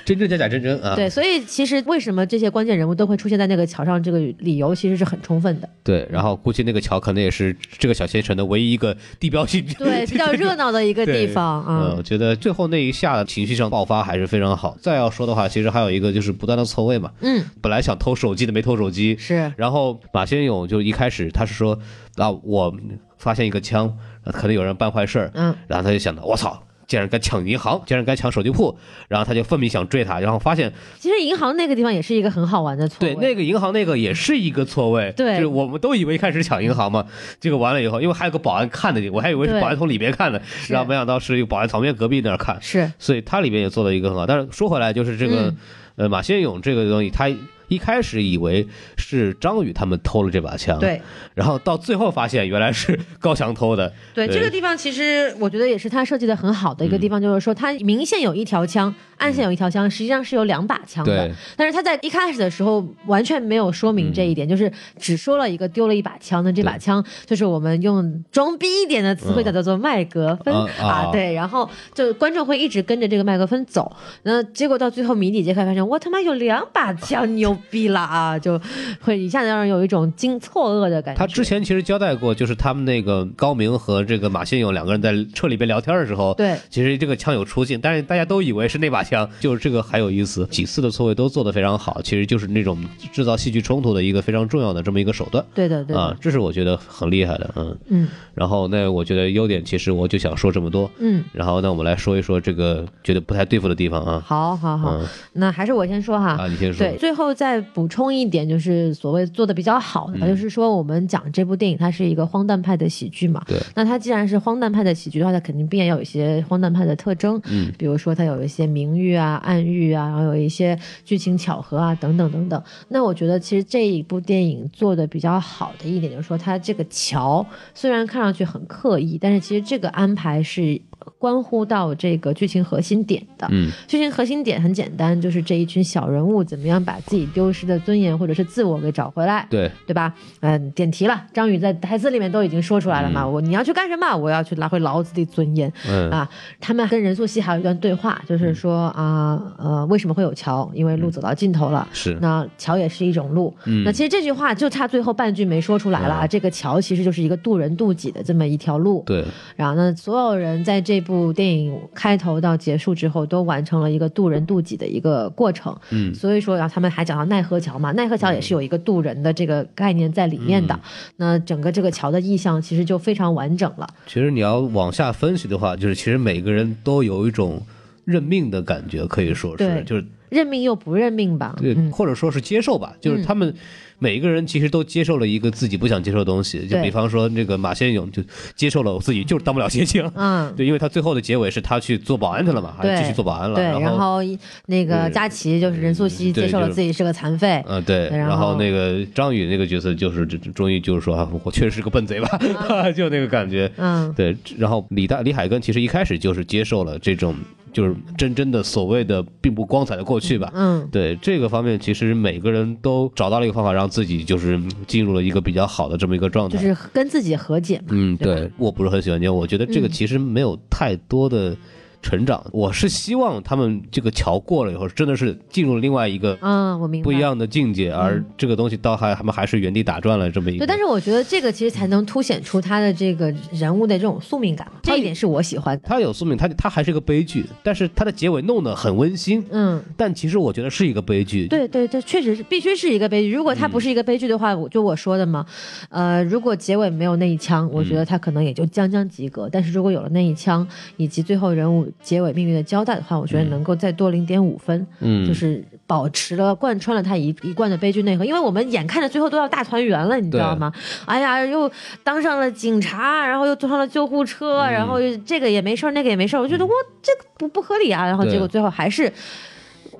S3: 真真假假真真啊。
S1: 对，所以其实为什么这些关键人物都会出现在那个桥上，这个理由其实是很充分的。
S3: 对，然后估计那个桥可能也是这个小县城的唯一一个地标性 质。
S1: 对，比较热闹的一个地方
S3: 嗯，
S1: 啊
S3: 我。觉得最后那一下情绪上爆发还是非常好。再要说的话，其实还有一个就是不断的错位嘛。
S1: 嗯，
S3: 本来想偷手机的没偷手机，
S1: 是
S3: 然后马先勇就一开始他是说啊，我发现一个枪，可能有人办坏事儿，
S1: 嗯，
S3: 然后他就想到我操，竟然敢抢银行，竟然敢抢手机铺，然后他就奋力想追他，然后发现
S1: 其实银行那个地方也是一个很好玩的错
S3: 对
S1: 位。
S3: 那个银行那个也是一个错位，
S1: 对
S3: 就是我们都以为一开始抢银行嘛，结果完了以后，因为还有个保安看的，我还以为是
S1: 对
S3: 保安从里边看的，然后没想到是一个保安旁边隔壁那儿看，
S1: 是
S3: 所以它里面也做了一个很好。但是说回来，就是这个、
S1: 嗯
S3: 呃马先勇这个东西，他一开始以为是张宇他们偷了这把枪，，
S1: 对
S3: 然后到最后发现原来是高翔偷的，
S1: 对，
S3: 对嗯
S1: 这个地方其实我觉得也是他设计的很好的一个地方，就是说他明线有一条枪，暗线有一条枪，实际上是有两把枪的
S3: 对。
S1: 但是他在一开始的时候完全没有说明
S3: 嗯
S1: 这一点，就是只说了一个丢了一把枪的这把枪，就是我们用装逼一点的词汇
S3: 嗯
S1: 叫做麦格芬
S3: 啊啊
S1: 啊，对，然后就观众会一直跟着这个麦格芬走，那结果到最后谜底揭开，发现我他妈有两把枪，牛逼了啊，就会一下子让人有一种惊错愕的感觉。
S3: 他之前其实交代过，就是他们那个高明和这个马先勇两个人在车里边聊天的时候，
S1: 对
S3: 其实这个枪有出镜，但是大家都以为是那把枪，就是这个还有意思，几次的错位都做得非常好，其实就是那种制造戏剧冲突的一个非常重要的这么一个手段。
S1: 对的对的，
S3: 啊，这是我觉得很厉害的，嗯
S1: 嗯
S3: 然后那我觉得优点其实我就想说这么多，
S1: 嗯。
S3: 然后那我们来说一说这个觉得不太对付的地方啊，
S1: 好好好，
S3: 嗯
S1: 那还是我先说哈。
S3: 啊，你先说，
S1: 对，最后再补充一点，就是所谓做的比较好
S3: 嗯
S1: 的吧，就是说我们讲这部电影它是一个荒诞派的喜剧嘛。
S3: 对
S1: 那它既然是荒诞派的喜剧的话，它肯定必然要有一些荒诞派的特征，
S3: 嗯，
S1: 比如说它有一些明喻啊、暗喻啊，然后有一些剧情巧合啊等等等等。那我觉得其实这一部电影做的比较好的一点，就是说它这个桥虽然看上去很刻意，但是其实这个安排是关乎到这个剧情核心点的。
S3: 嗯
S1: 剧情核心点很简单，就是这一群小人物怎么样把自己丢失的尊严或者是自我给找回来，
S3: 对，
S1: 对吧？嗯，点题了，张宇在台词里面都已经说出来了嘛，我你要去干什么？我要去拿回老子的尊严。
S3: 嗯
S1: 啊，他们跟任素汐还有一段对话，就是说啊呃为什么会有桥？因为路走到尽头了。
S3: 是，
S1: 那桥也是一种路，
S3: 嗯
S1: 那其实这句话就差最后半句没说出来了。啊，这个桥其实就是一个渡人渡己的这么一条路，
S3: 对，
S1: 然后呢，所有人在这部电影开头到结束之后，都完成了一个渡人渡己的一个过程。
S3: 嗯
S1: 所以说，然后他们还讲到奈何桥嘛，奈何桥也是有一个渡人的这个概念在里面
S3: 嗯
S1: 的。那整个这个桥的意象其实就非常完整了。
S3: 其实你要往下分析的话，就是其实每个人都有一种认命的感觉，可以说是，
S1: 对
S3: 就是
S1: 认命又不认命吧，
S3: 对，
S1: 嗯，
S3: 或者说是接受吧，就是他们每一个人其实都接受了一个自己不想接受的东西，就
S1: 对
S3: 比方说那个马先勇就接受了我自己就是当不了协警，
S1: 嗯，
S3: 对，因为他最后的结尾是他去做保安去了嘛，还
S1: 对
S3: 继续做保安了，
S1: 对，然
S3: 嗯后。
S1: 后一那个
S3: 对
S1: 佳琪就是任素汐
S3: 嗯对
S1: 接受了
S3: 就是
S1: 自己是个残废，
S3: 嗯，对，
S1: 然
S3: 然后
S1: 后
S3: 那个张宇那个角色就是这这终于就是说，啊我确实是个笨贼吧，
S1: 啊
S3: 就那个感觉。
S1: 嗯，
S3: 对，然后李大李海根其实一开始就是接受了这种就是真正的所谓的并不光彩的过去吧。
S1: 嗯，
S3: 对这个方面，其实每个人都找到了一个方法，让自己就是进入了一个比较好的这么一个状态。
S1: 就是跟自己和解嘛，
S3: 嗯，
S1: 对吧
S3: 对，我不是很喜欢这样，我觉得这个
S1: 嗯
S3: 其实没有太多的成长。我是希望他们这个桥过了以后，真的是进入了另外一个
S1: 嗯，我明白，嗯
S3: 不一样的境界，而这个东西到还他们还是原地打转了这么一个。
S1: 对，但是我觉得这个其实才能凸显出他的这个人物的这种宿命感，这一点是我喜欢的。
S3: 他有宿命，他他还是个悲剧，但是他的结尾弄得很温馨，
S1: 嗯，
S3: 但其实我觉得是一个悲剧。
S1: 对对对，确实是必须是一个悲剧。如果它不是一个悲剧的话，我就我说的嘛，呃，如果结尾没有那一枪，我觉得他可能也就将将及格。但是如果有了那一枪，以及最后人物结尾命运的交代的话，我觉得能够再多零点五分，
S3: 嗯
S1: 就是保持了贯穿了他一一贯的悲剧内核。因为我们眼看着最后都要大团圆了，你知道吗？哎呀，又当上了警察，然后又坐上了救护车，然后
S3: 嗯
S1: 这个也没事儿，那个也没事儿，我觉得我这个不不合理啊。然后
S3: 对
S1: 结果最后还是。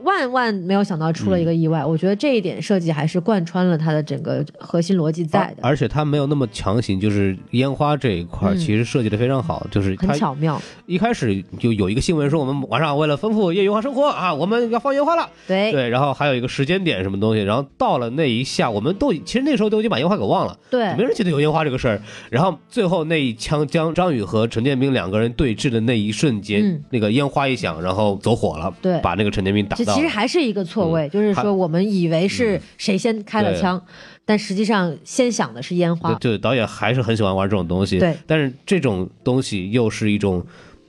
S1: 万万没有想到出了
S3: 嗯
S1: 一个意外，我觉得这一点设计还是贯穿了它的整个核心逻辑在的，
S3: 而且他没有那么强行，就是烟花这一块儿
S1: 嗯
S3: 其实设计的非常好，就是
S1: 很
S3: 他
S1: 巧妙。
S3: 一开始就有一个新闻说我们晚上为了丰富业余文化生活啊，我们要放烟花了，
S1: 对
S3: 对，然后还有一个时间点什么东西，然后到了那一下，我们都已其实那时候都已经把烟花给忘了，
S1: 对
S3: 没人记得有烟花这个事儿。然后最后那一枪将张宇和陈建斌两个人对峙的那一瞬间，
S1: 嗯
S3: 那个烟花一响，然后走火了，
S1: 对
S3: 把那个陈建斌打
S1: 这
S3: 到
S1: 其实还是一个错位，就是
S3: 还
S1: 说我们以为是谁先开了
S3: 对
S1: 枪，但实际上先想的是烟花。
S3: 对，导演还是很喜欢玩这种东西。
S1: 对，
S3: 但是这种东西又是一种，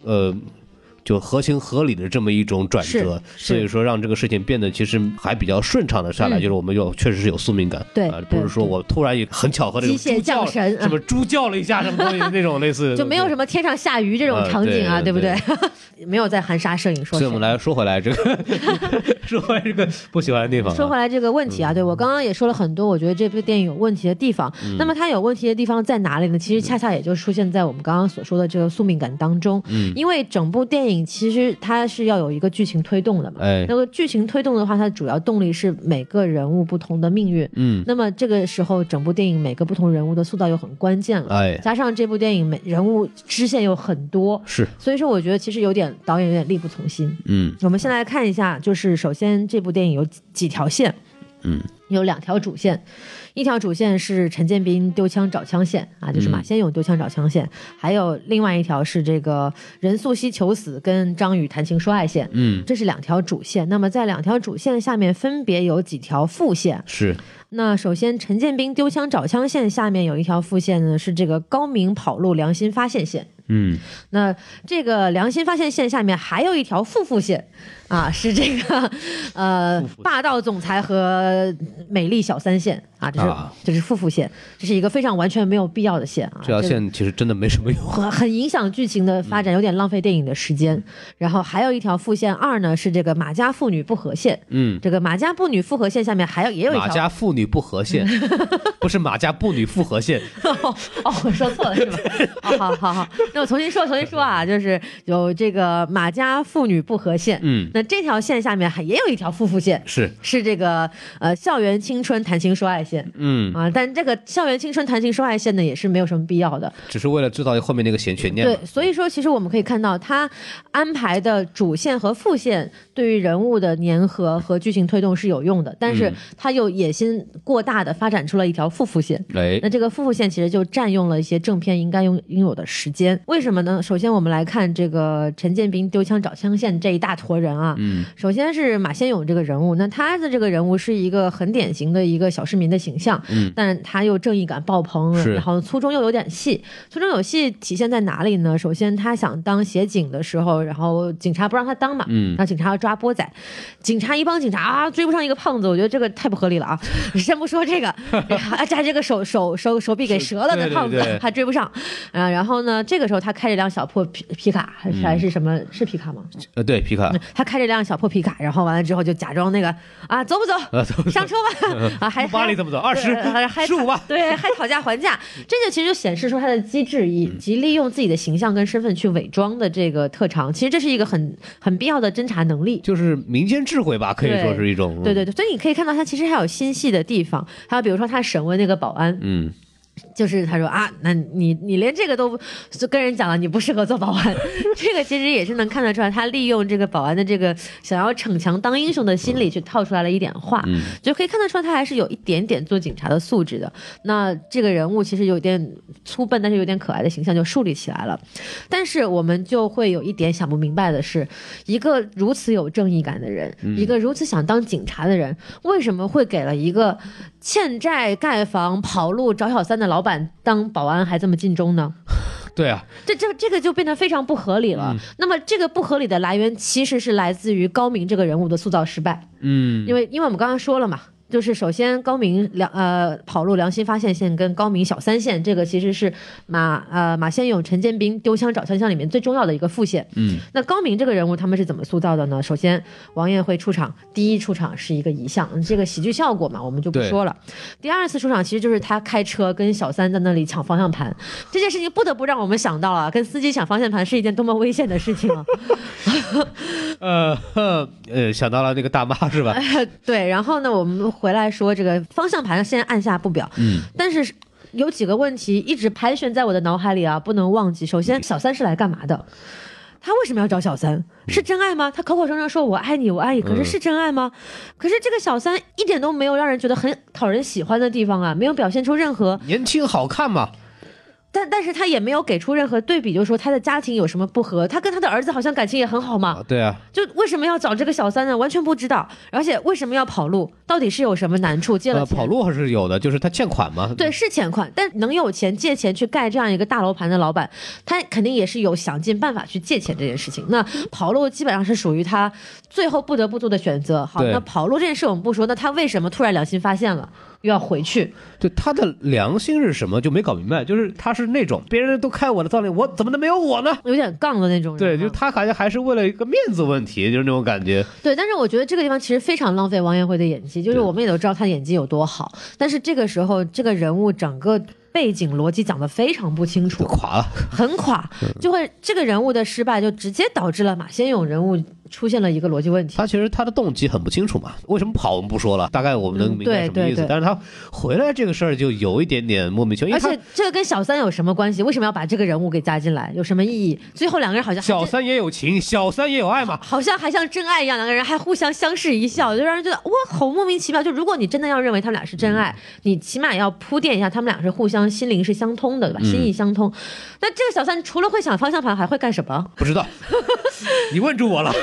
S3: 呃，就合情合理的这么一种转折，
S1: 是
S3: 所以说让这个事情变得其实还比较顺畅的下来，
S1: 嗯
S3: 就是我们有确实是有宿命感，
S1: 对
S3: 啊
S1: 对
S3: 不是说我突然也很巧合的
S1: 机械降神啊
S3: 什么猪叫了一下什么东西那种类似 的，
S1: 就没有什么天上下雨这种场景啊，
S3: 呃
S1: 对
S3: 对
S1: 不对？ 没有在含沙射影说
S3: 所以我
S1: 谁
S3: 们。来说回来这个， 说回来这个不喜欢的地方、啊，
S1: 说回来这个问题啊，对我刚刚也说了很多，我觉得这部电影有问题的地方。
S3: 嗯
S1: 那么它有问题的地方在哪里呢？其实恰恰也就出现在我们刚刚所说的这个宿命感当中。
S3: 嗯
S1: 因为整部电影其实它是要有一个剧情推动的嘛。
S3: 哎
S1: 那么剧情推动的话，它的主要动力是每个人物不同的命运。
S3: 嗯，
S1: 那么这个时候，整部电影每个不同人物的塑造又很关键了。
S3: 哎
S1: 加上这部电影每人物支线又很多，
S3: 是，
S1: 所以说我觉得其实有点导演有点力不从心。
S3: 嗯
S1: 我们先来看一下，就是首先这部电影有几几条线，
S3: 嗯，
S1: 有两条主线，一条主线是陈建斌丢枪找枪线啊，
S3: 嗯
S1: 就是马先勇丢枪找枪线，还有另外一条是这个任素汐求死跟张宇谈情说爱线，
S3: 嗯
S1: 这是两条主线。那么在两条主线下面分别有几条副线。
S3: 是，
S1: 那首先陈建斌丢枪找枪线下面有一条副线呢，是这个高明跑路良心发现线。
S3: 嗯
S1: 那这个良心发现线下面还有一条副副线，啊，是这个呃霸道总裁和美丽小三线啊，这是、
S3: 啊
S1: 这是副副线，这是一个非常完全没有必要的线啊，
S3: 这条
S1: 个
S3: 线嗯其实真的没什么用，
S1: 很很影响剧情的发展，有点浪费电影的时
S3: 嗯
S1: 间。然后还有一条副线二呢，是这个马家妇女不和线，
S3: 嗯。
S1: 这个马家妇女复合线下面还有也有一
S3: 马
S1: 条，
S3: 家妇女不 和线，不是马家妇女复合线，
S1: 哦，哦，我说错了是吧？哦，好好好，那我重新说，重新说啊，就是有这个马家妇女不和线，
S3: 嗯
S1: 那这条线下面还也有一条夫妇线，
S3: 是，
S1: 是这个呃校园青春谈情说爱线
S3: 嗯，
S1: 啊，但这个校园青春谈情说爱线呢也是没有什么必要的，
S3: 只是为了制造后面那个悬悬念嘛
S1: 对，，所以说其实我们可以看到，他安排的主线和副线对于人物的粘合和剧情推动是有用的，但是
S3: 嗯
S1: 他又野心过大的发展出了一条副副线，
S3: 哎
S1: 那，这个副副线其实就占用了一些正片应该拥拥有的时间，为什么呢？首先我们来看这个陈建斌丢枪找枪线这一大坨人啊，嗯，首先是马先勇这个人物，那他的这个人物是一个很典型的一个小市民的形象，嗯，但他又正义感爆棚，
S3: 是
S1: 然后粗中又有点细，粗中有细体现在哪里呢？首先他想当协警的时候，然后警察不让他当嘛，嗯，让警察要抓波仔，警察一帮警察啊追不上一个胖子，我觉得这个太不合理了啊！ 先不说这 个，然后啊，这还这个手手手手臂给折了的
S3: 对对
S1: 胖子
S3: 对
S1: 还追不上，啊，然后呢，这个时候他开着辆小破皮皮卡还是还是什么
S3: 嗯
S1: 是皮卡吗？
S3: 呃，对，皮卡，
S1: 他开着辆小破皮卡，然后完了之后就假装那个啊，走不
S3: 呃，
S1: 走？
S3: 走
S1: 上车吧！ 啊，还
S3: 巴黎怎么走？二十
S1: 对还，
S3: 十五吧。
S1: 对，还讨价还价，这就其实就显示出他的机智，以
S3: 嗯
S1: 及利用自己的形象跟身份去伪装的这个特长。其实这是一个很很必要的侦查能力。
S3: 就是民间智慧吧，可以
S1: 对
S3: 说是一种。
S1: 对对，对，所以你可以看到他其实还有心细的地方，还有比如说他审问那个保安，
S3: 嗯，
S1: 就是他说啊，那你你连这个都不就跟人讲了，你不适合做保安， 这个其实也是能看得出来，他利用这个保安的这个想要逞强当英雄的心理去套出来了一点话，就可以看得出来他还是有一点点做警察的素质的。那这个人物其实有点粗笨，但是有点可爱的形象就树立起来了。但是我们就会有一点想不明白的是，一个如此有正义感的人，一个如此想当警察的人，为什么会给了一个欠债盖房、跑路找小三的老板当保安还这么尽忠呢？
S3: 对啊，
S1: 这这这个就变得非常不合理了。那么这个不合理的来源其实是来自于高明这个人物的塑造失败，
S3: 嗯，
S1: 因为因为我们刚刚说了嘛。就是首先，高明良呃跑路良心发现线跟高明小三线，这个其实是马呃马先勇、陈建斌丢枪找枪项里面最重要的一个副线。
S3: 嗯，
S1: 那高明这个人物他们是怎么塑造的呢？首先，王艳辉出场，第一出场是一个遗像，这个喜剧效果嘛，我们就不
S3: 对
S1: 说了。第二次出场其实就是他开车跟小三在那里抢方向盘，这件事情不得不让我们想到了，跟司机抢方向盘是一件多么危险的事情啊！
S3: 呃呵呃，想到了那个大妈是 吧？
S1: 对，然后呢，我们回来说这个方向盘先按下不表，嗯，但是有几个问题一直盘旋在我的脑海里啊，不能忘记。首先，小三是来干嘛的？他为什么要找小三？是真爱吗？他口口声声说我爱你，我爱你，可是是真爱吗？可是这个小三一点都没有让人觉得很讨人喜欢的地方啊，没有表现出任何
S3: 年轻好看嘛，
S1: 但但是他也没有给出任何对比，就是说他的家庭有什么不和，他跟他的儿子好像感情也很好嘛
S3: 啊，对啊，
S1: 就为什么要找这个小三呢？完全不知道，而且为什么要跑路？到底是有什么难处？借了
S3: 呃，
S1: 钱、
S3: 跑路还是有的，就是他欠款嘛。
S1: 对，是欠款，但能有钱借钱去盖这样一个大楼盘的老板，他肯定也是有想尽办法去借钱这件事情。那跑路基本上是属于他最后不得不做的选择。好，
S3: 对
S1: 那跑路这件事我们不说，那他为什么突然良心发现了又要回去？
S3: 对，他的良心是什么就没搞明白，就是他是那种别人都开我的葬礼，我怎么能没有我呢？
S1: 有点杠的那种人啊。
S3: 对，就是他好像还是为了一个面子问题，就是那种感觉。
S1: 对，但是我觉得这个地方其实非常浪费王彦辉的演技，就是
S3: 对
S1: 我们也都知道他演技有多好，但是这个时候这个人物整个背景逻辑讲得非常不清
S3: 就
S1: 楚，
S3: 垮了，
S1: 很垮，就会这个人物的失败就直接导致了马先勇人物出现了一个逻辑问题。
S3: 他其实他的动机很不清楚嘛，为什么跑我们不说了，大概我们能
S1: 嗯
S3: 明白
S1: 对
S3: 什么意
S1: 对
S3: 思
S1: 对，
S3: 但是他回来这个事儿就有一点点莫名其妙，因
S1: 而
S3: 为他
S1: 且这个跟小三有什么关系？为什么要把这个人物给加进来？有什么意义？最后两个人好像还
S3: 小
S1: 真
S3: 三也有情，小三也有爱嘛，
S1: 好像还像真爱一样，两个人还互相相视一
S3: 嗯
S1: 笑，就让人觉得哇，好莫名其妙。就如果你真的要认为他们俩是真
S3: 嗯
S1: 爱，你起码要铺垫一下，他们俩是互相心灵是相通的，对吧？
S3: 嗯
S1: 心意相通。那这个小三除了会想方向盘，还会干什 么？
S3: 不知道，你问住我了。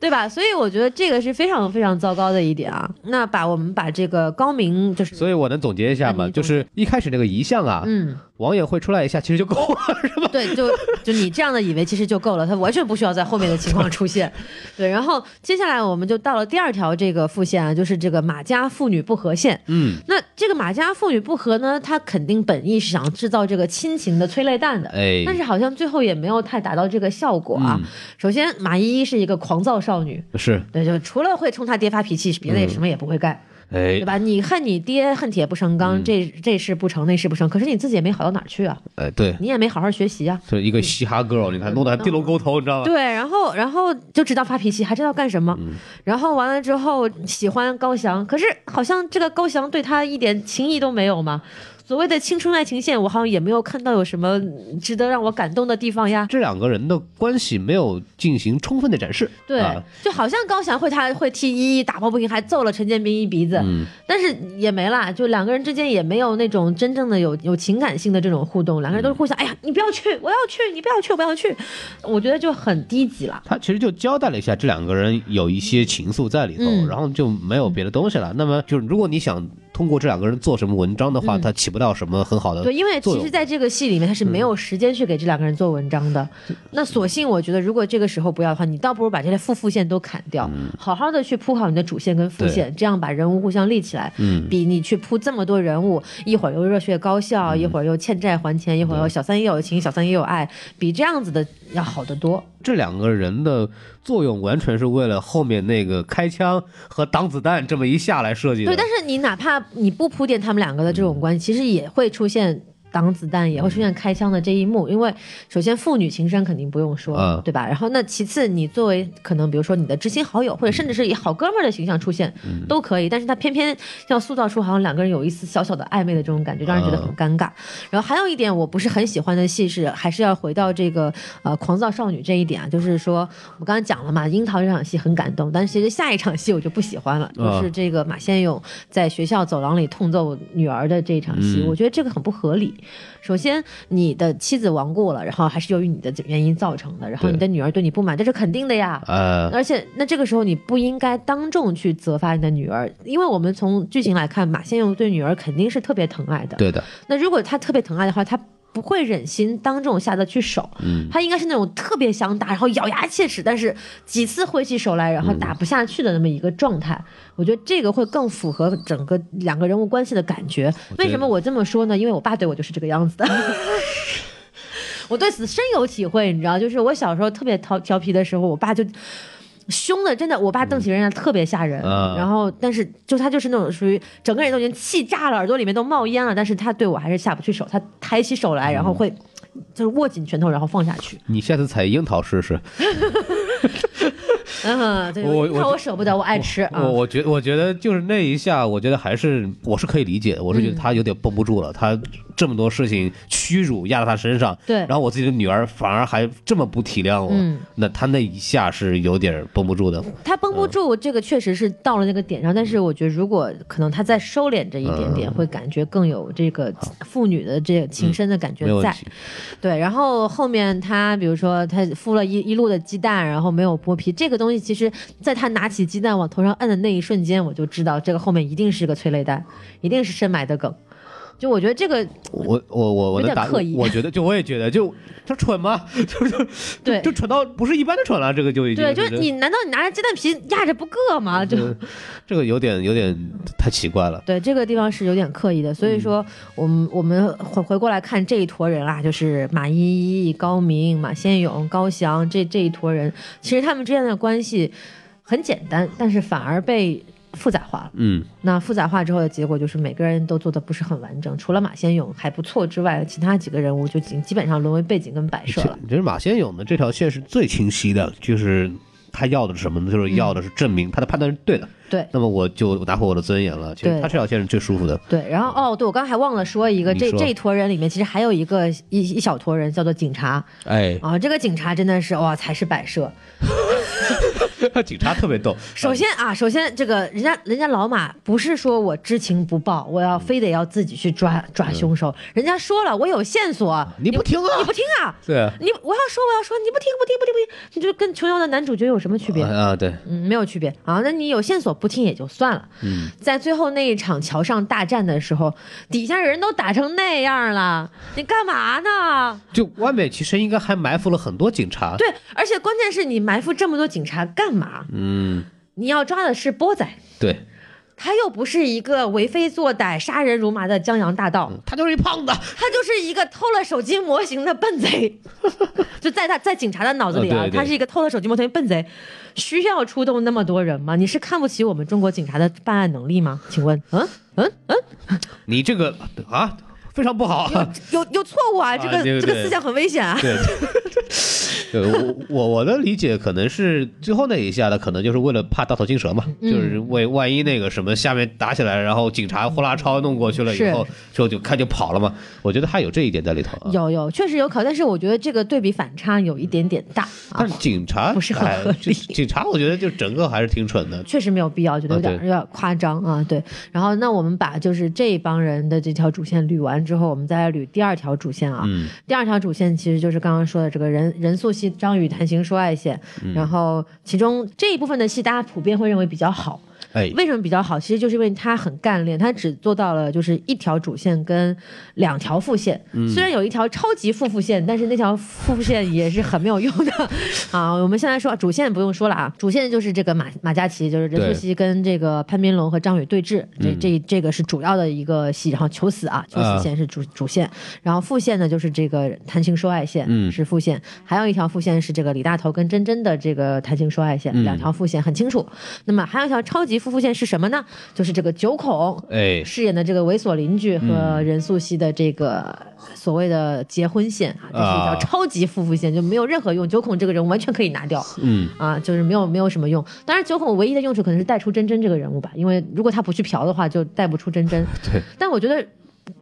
S1: 对吧？所以我觉得这个是非常非常糟糕的一点啊。那把我们把这个高明就是。
S3: 所以我能总结一下
S1: 那
S3: 嘛，
S1: 哎你
S3: 就
S1: 总
S3: 是一开始那个遗像啊，
S1: 嗯，
S3: 王也会出来一下，其实就够 了，是吧？
S1: 对，就就你这样的以为其实就够了，他完全不需要在后面的情况出 现。对，然后接下来我们就到了第二条这个副线啊，就是这个马家妇女不和线。
S3: 嗯，
S1: 那这个马家妇女不和呢，她肯定本意是想制造这个亲情的催泪弹的，
S3: 哎
S1: 但是好像最后也没有太达到这个效果啊。首先，马依依是一个狂躁少女，
S3: 是，
S1: 对，就除了会冲她爹发脾气，别的也什么也不会干。
S3: 哎
S1: 对，吧？你恨你爹，恨铁不成钢，这这事不成，那事不成。可是你自己也没好到哪儿去啊，
S3: 哎，对，
S1: 你也没好好学习啊。
S3: 就是一个嘻哈 girl，你看弄得还地龙沟头，你知道吗？
S1: 对，然后然后就知道发脾气，还知道干什么。然后完了之后喜欢高翔，可是好像这个高翔对他一点情谊都没有嘛。所谓的青春爱情线，我好像也没有看到有什么值得让我感动的地方呀。
S3: 这两个人的关系没有进行充分的展示，
S1: 对，
S3: 啊
S1: 就好像高翔会他会替依依打抱不平，还揍了陈建斌一鼻子，但是也没啦，就两个人之间也没有那种真正的有有情感性的这种互动，两个人都是互相，哎呀，你不要去，我要去，你不要去，我不要去，我觉得就很低级了。
S3: 他其实就交代了一下，这两个人有一些情愫在里头，
S1: 嗯
S3: 然后就没有别的东西了。那么就是如果你想通过这两个人做什么文章的话，他起不到什么很好的
S1: 嗯对，因为
S3: 作
S1: 其
S3: 用嗯
S1: 实在这个戏里面，他是没有时间去给这两个人做文章的。那索性我觉得，如果这个时候不要的话，你倒不如把这些副副线都砍掉，好好的去铺好你的主线跟副
S3: 嗯对
S1: 线，这样把人物互相立起来。嗯，比你去铺这么多人物，一会儿又热血高校，
S3: 嗯
S1: 一会儿又欠债还钱，一会儿又小三也有情，小三也有爱，比这样子的要好得多。
S3: 这两个人的作用完全是为了后面那个开枪和挡子弹这么一下来设计的。
S1: 对，但是你哪怕你不铺垫他们两个的这种关系，其实也会出现。挡子弹也会出现开枪的这一幕，因为首先父女情深肯定不用说，
S3: 嗯
S1: 对吧？然后那其次，你作为可能比如说你的知心好友，或者甚至是以好哥们儿的形象出现、
S3: 嗯
S1: 都可以，但是他偏偏要塑造出好像两个人有一丝小小的暧昧的这种感觉，让人
S3: 嗯
S1: 觉得很尴尬。然后还有一点我不是很喜欢的戏是，还是要回到这个呃狂躁少女这一点啊，就是说我刚才讲了嘛，樱桃这场戏很感动，但是其实下一场戏我就不喜欢了，就
S3: 啊
S1: 是这个马先勇在学校走廊里痛揍女儿的这一场
S3: 嗯
S1: 戏，我觉得这个很不合理。首先，你的妻子亡故了，然后还是由于你的原因造成的，然后
S3: 对
S1: 你的女儿对你不满，这是肯定的呀。
S3: 呃，
S1: 而且，那这个时候你不应该当众去责罚你的女儿，因为我们从剧情来看，马先勇对女儿肯定是特别疼爱的。
S3: 对的，
S1: 那如果他特别疼爱的话，他不会忍心当众下得去手，他应该是那种特别想打，然后咬牙切齿，但是几次挥起手来，然后打不下去的那么一个状态。我觉得这个会更符合整个两个人物关系的感觉。
S3: 得
S1: 为什么我这么说呢？因为我爸对我就是这个样子的。我对此深有体会，你知道，就是我小时候特别调调皮的时候，我爸就凶的，真的，我爸瞪起人来特别吓人。
S3: 啊
S1: 然后，但是就他就是那种属于整个人都已经气炸了，耳朵里面都冒烟了，但是他对我还是下不去手，他抬起手来，然
S3: 嗯
S1: 后会就是握紧拳头，然后放下去。
S3: 你下次采樱桃试试。
S1: 嗯，对，
S3: 我
S1: 因为
S3: 我
S1: 我舍不得，我爱吃啊
S3: 我。我
S1: 嗯
S3: 觉我觉得就是那一下，我觉得还是我是可以理解的，我是觉得他有点绷不住了，他这么多事情屈辱压在他身上，
S1: 对
S3: 然后我自己的女儿反而还这么不体谅我，
S1: 嗯
S3: 那他那一下是有点绷不住的。
S1: 他绷
S3: 嗯
S1: 不住，这个确实是到了那个点上。但是我觉得，如果可能，他再收敛这一点
S3: 嗯
S1: 点，会感觉更有这个妇女的这个情深的感觉
S3: 嗯没有问
S1: 在。
S3: 题，
S1: 对，然后后面他比如说他敷了一一路的鸡蛋，然后没有剥皮，这个东西其实在他拿起鸡蛋往头上摁的那一瞬间，我就知道这个后面一定是个催泪弹，一定是深埋的梗。就我觉得这个
S3: 我我我我
S1: 有
S3: 的
S1: 点
S3: 答，
S1: 刻意
S3: 我觉得就我也觉得就他蠢吗？就就
S1: 对
S3: 就蠢到不是一般的蠢了，这个就已经
S1: 对，就
S3: 这
S1: 是你难道你拿着鸡蛋皮压着不硌吗？就
S3: 这这个有点有点太奇怪了。
S1: 对，这个地方是有点刻意的，所
S3: 嗯
S1: 以说我们、我们回回过来看这一坨人啊，就是马伊琍、高明、马先勇、高翔这这一坨人，其实他们之间的关系很简单，但是反而被复杂化了。
S3: 嗯，
S1: 那复杂化之后的结果就是每个人都做的不是很完整，除了马先勇还不错之外，其他几个人物就基基本上沦为背景跟摆设 了。
S3: 其实马先勇的这条线是最清晰的，就是他要的是什么呢？就是要的是证明他的判断是对的。
S1: 对
S3: 那么我就拿回我的尊严了。其实
S1: 对
S3: 他这条线是最舒服的。
S1: 对，然后哦，对我刚才还忘了说一个，
S3: 你
S1: 这
S3: 说
S1: 这一坨人里面其实还有一个一一小坨人叫做警察
S3: 哎，
S1: 啊、这个警察真的是哇才是摆设，
S3: 警察特别逗。
S1: 首先啊，首先这个人家人家老马不是说我知情不报，我要非得要自己去抓抓凶手，人家说了我有线索，
S3: 你不听啊
S1: 你不听啊，
S3: 对啊，
S1: 你我要说我要说你不听不听不听不听，你就跟琼瑶的男主角有什么区别？
S3: 啊，对，
S1: 嗯，没有区别啊。那你有线索不听也就算了。嗯，在最后那一场桥上大战的时候，底下人都打成那样了，你干嘛呢？
S3: 就外面其实应该还埋伏了很多警察。
S1: 对，而且关键是你埋伏这么多警察干嘛？
S3: 嗯，
S1: 你要抓的是波仔，
S3: 对，
S1: 他又不是一个为非作歹、杀人如麻的江洋大盗，
S3: 他就是一胖子。
S1: 他就是一个偷了手机模型的笨 贼。就在他在警察的脑子里啊，
S3: 呃对对
S1: 他是一个偷了手机模型的笨贼，需要出动那么多人吗？你是看不起我们中国警察的办案能力吗？请问，嗯 嗯嗯，
S3: 你这个啊，非常不好啊。
S1: 有有错误啊！这个、
S3: 啊对对
S1: 这
S3: 对
S1: 个思想很危险啊！
S3: 对，对我我我的理解可能是最后那一下的，可能就是为了怕大头金蛇嘛，就是为万一那个什么下面打起来，然后警察呼啦超弄过去了以
S1: 是
S3: 后，就就看就跑了嘛。我觉得他有这一点在里头啊。
S1: 有有，确实有考，但是我觉得这个对比反差有一点点大啊
S3: 但，是警察
S1: 不是很
S3: 哎
S1: 合
S3: 就警察我觉得就整个还是挺蠢的。
S1: 确实没有必要，觉得有点、
S3: 啊
S1: 有
S3: 对
S1: 点夸张啊。对，然后那我们把就是这帮人的这条主线捋完之后，我们再来捋第二条主线啊。
S3: 嗯，
S1: 第二条主线其实就是刚刚说的这个人人素戏、张宇谈情说爱线，
S3: 嗯
S1: 然后其中这一部分的戏大家普遍会认为比较好。
S3: 哎，
S1: 为什么比较好？其实就是因为他很干练，他只做到了就是一条主线跟两条副线。虽然有一条超级副副线，但是那条副副线也是很没有用的啊。我们现在说主线不用说了啊，主线就是这个马马嘉祺，就是任素汐跟这个潘斌龙和张宇对峙，这这这个是主要的一个戏，然后求死啊，求
S3: 啊
S1: 死线是主、主线，然后副线呢就是这个谈情说爱线、
S3: 嗯
S1: 是副线，还有一条副线是这个李大头跟珍珍的这个谈情说爱
S3: 嗯
S1: 线，两条副线很清楚。那么还有一条超级副副线是什么呢？就是这个九孔
S3: 哎，
S1: 饰演的这个猥琐邻居
S3: 嗯
S1: 和任素汐的这个所谓的结婚线啊，这是一条
S3: 啊
S1: 超级副副线，就没有任何用。九孔这个人完全可以拿掉。
S3: 嗯，
S1: 啊，就是没有没有什么用。当然，九孔唯一的用处可能是带出真真这个人物吧，因为如果他不去嫖的话，就带不出真真。
S3: 对，
S1: 但我觉得。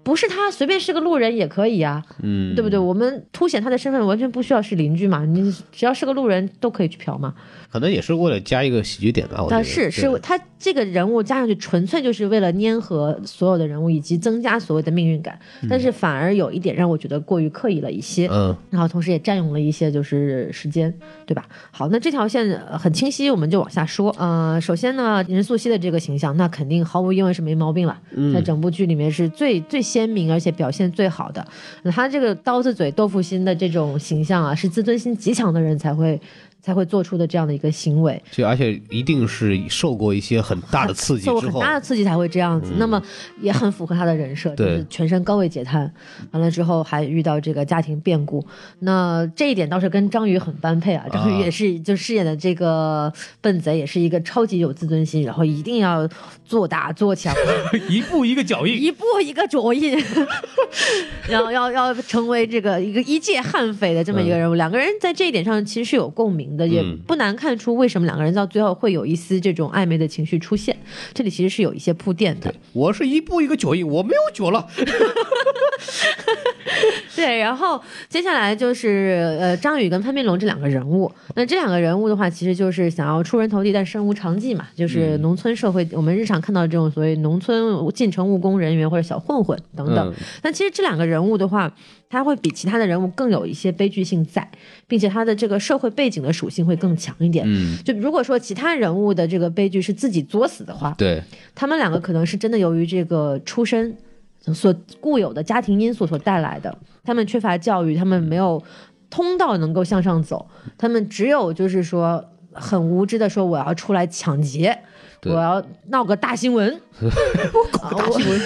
S1: 不是他随便是个路人也可以啊，嗯，对不对？我们凸显他的身份完全不需要是邻居嘛，你只要是个路人都可以去嫖嘛。
S3: 可能也是为了加一个喜剧点吧。我觉
S1: 啊，
S3: 得
S1: 是
S3: 哦对
S1: 是，他这个人物加上去，纯粹就是为了粘合所有的人物，以及增加所谓的命运感。但是反而有一点让我觉得过于刻意了一些，
S3: 嗯，
S1: 然后同时也占用了一些就是时间，对吧？好，那这条线呃很清晰，我们就往下说。呃，首先呢，任素汐的这个形象，那肯定毫无疑问是没毛病了，
S3: 嗯
S1: 在整部剧里面是最最鲜明，而且表现最好的。那她这个刀子嘴豆腐心的这种形象啊，是自尊心极强的人才会才会做出的这样的一个行为。
S3: 就而且一定是受过一些很大的刺 激
S1: 受过
S3: 之
S1: 很
S3: 后，嗯
S1: 大的刺激才会这样子，那么也很符合他的人设，就
S3: 对
S1: 是全身高位截瘫，完了之后还遇到这个家庭变故，那这一点倒是跟张宇很般配啊，张宇也是就饰演的这个笨贼，也是一个超级有自尊心，然后一定要做大做强，
S3: 一步一个脚印。
S1: 一步一个脚印，然后 要 要成为这个一个一介悍匪的这么一个人物。两个人在这一点上其实是有共鸣的，也不难看出为什么两个人到最后会有一丝这种暧昧的情绪出现。这里其实是有一些铺垫的。
S3: 我是一步一个脚印，我没有脚了。
S1: 然后接下来就是呃张宇跟潘斌龙这两个人物，那这两个人物的话，其实就是想要出人头地，但身无长技嘛，就是农村社会、我们日常看到的这种所谓农村进城务工人员或者小混混等等。
S3: 嗯
S1: 但其实这两个人物的话，他会比其他的人物更有一些悲剧性在，并且他的这个社会背景的属性会更强一点。
S3: 嗯，
S1: 就如果说其他人物的这个悲剧是自己作死的话，
S3: 对，
S1: 他们两个可能是真的由于这个出身所固有的家庭因素所带来的，他们缺乏教育，他们没有通道能够向上走，他们只有就是说很无知的说我要出来抢劫。
S3: 对
S1: 我要闹个大新 闻，啊我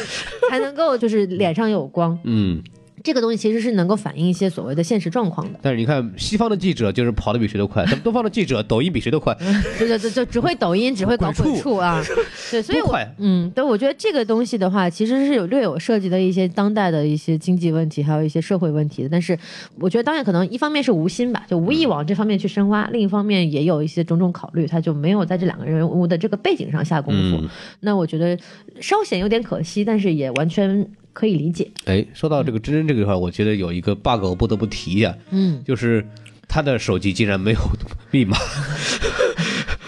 S1: 才能够就是脸上有光。
S3: 嗯。
S1: 这个东西其实是能够反映一些所谓的现实状况的。
S3: 但是你看，西方的记者就是跑得比谁都快，咱们东方的记者抖音比谁都快，
S1: 对对对，就只会抖 音，只会搞
S3: 鬼畜
S1: 鬼畜 啊，对，所以
S3: 多
S1: 我
S3: 快
S1: 嗯，对，我觉得这个东西的话，其实是有略有涉及的一些当代的一些经济问题，还有一些社会问题的。但是我觉得导演可能一方面是无心吧，就无意往这方面去深挖；另一方面也有一些种种考虑，他就没有在这两个人物的这个背景上下功夫。
S3: 嗯
S1: 那我觉得稍显有点可惜，但是也完全可以理解。
S3: 哎，说到这个真真这个块儿，我觉得有一个 bug 我不得不提一下，
S1: 嗯，
S3: 就是他的手机竟然没有密码，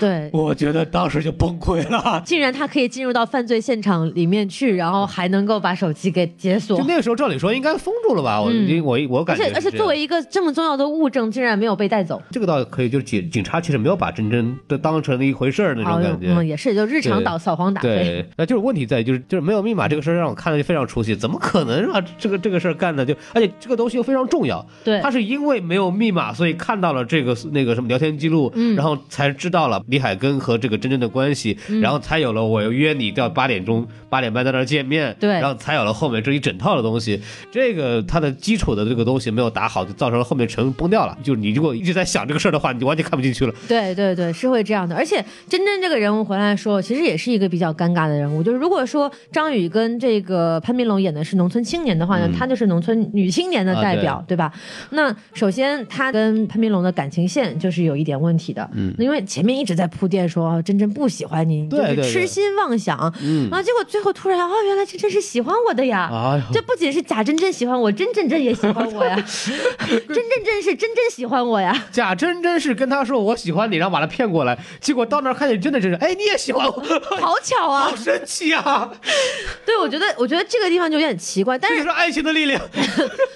S1: 对。
S3: 我觉得当时就崩溃 了。
S1: 竟然他可以进入到犯罪现场里面去，然后还能够把手机给解锁，
S3: 就那个时候，照理说应该封住了吧？我、
S1: 嗯
S3: 我我
S1: 而
S3: 感觉
S1: 且
S3: 是
S1: 而且
S3: 这样
S1: 作为一个这么重要的物证，竟然没有被带走，
S3: 这个倒可以，就是警警察其实没有把真真的当成一回事儿那
S1: 好
S3: 种感觉。
S1: 嗯，也是就日常打扫黄打非。
S3: 对，那就是问题在于就是就是没有密码这个事儿让我看的就非常出戏，怎么可能啊？这个这个事儿干的就，而且这个东西又非常重要，
S1: 对
S3: 他是因为没有密码，所以看到了这个那个什么聊天记录，
S1: 嗯
S3: 然后才知道了李海根和这个真正的关系，然后才有了我约你到八点钟八点半在那儿见面，
S1: 对
S3: 然后才有了后面这一整套的东西。这个它的基础的这个东西没有打好，就造成了后面全部崩掉了。就是你如果一直在想这个事儿的话，你就完全看不进去了。
S1: 对对对，是会这样的。而且真真这个人物回来说，其实也是一个比较尴尬的人物。就是如果说张宇跟这个潘斌龙演的是农村青年的话呢，他就是农村女青年的代表，
S3: 嗯啊
S1: 对吧？那首先他跟潘斌龙的感情线就是有一点问题的，嗯，因为前面一直在铺垫说啊真真不喜欢你，你就
S3: 对
S1: 是
S3: 对对
S1: 痴心妄想，
S3: 嗯
S1: 然后结果最后突然哦，原来真真是喜欢我的呀，
S3: 哎呦
S1: 这不仅是假真真喜欢我，真真真也喜欢 我呀，真真真是真真喜欢我呀。
S3: 贾真真是跟他说我喜欢你，然后把他骗过来，结果到那儿看见真的真是，哎，你也 喜欢我，
S1: 好巧啊！
S3: 好神奇啊！
S1: 对，我觉得，我觉得这个地方就有点奇怪，但，
S3: 这就是是爱情的力量。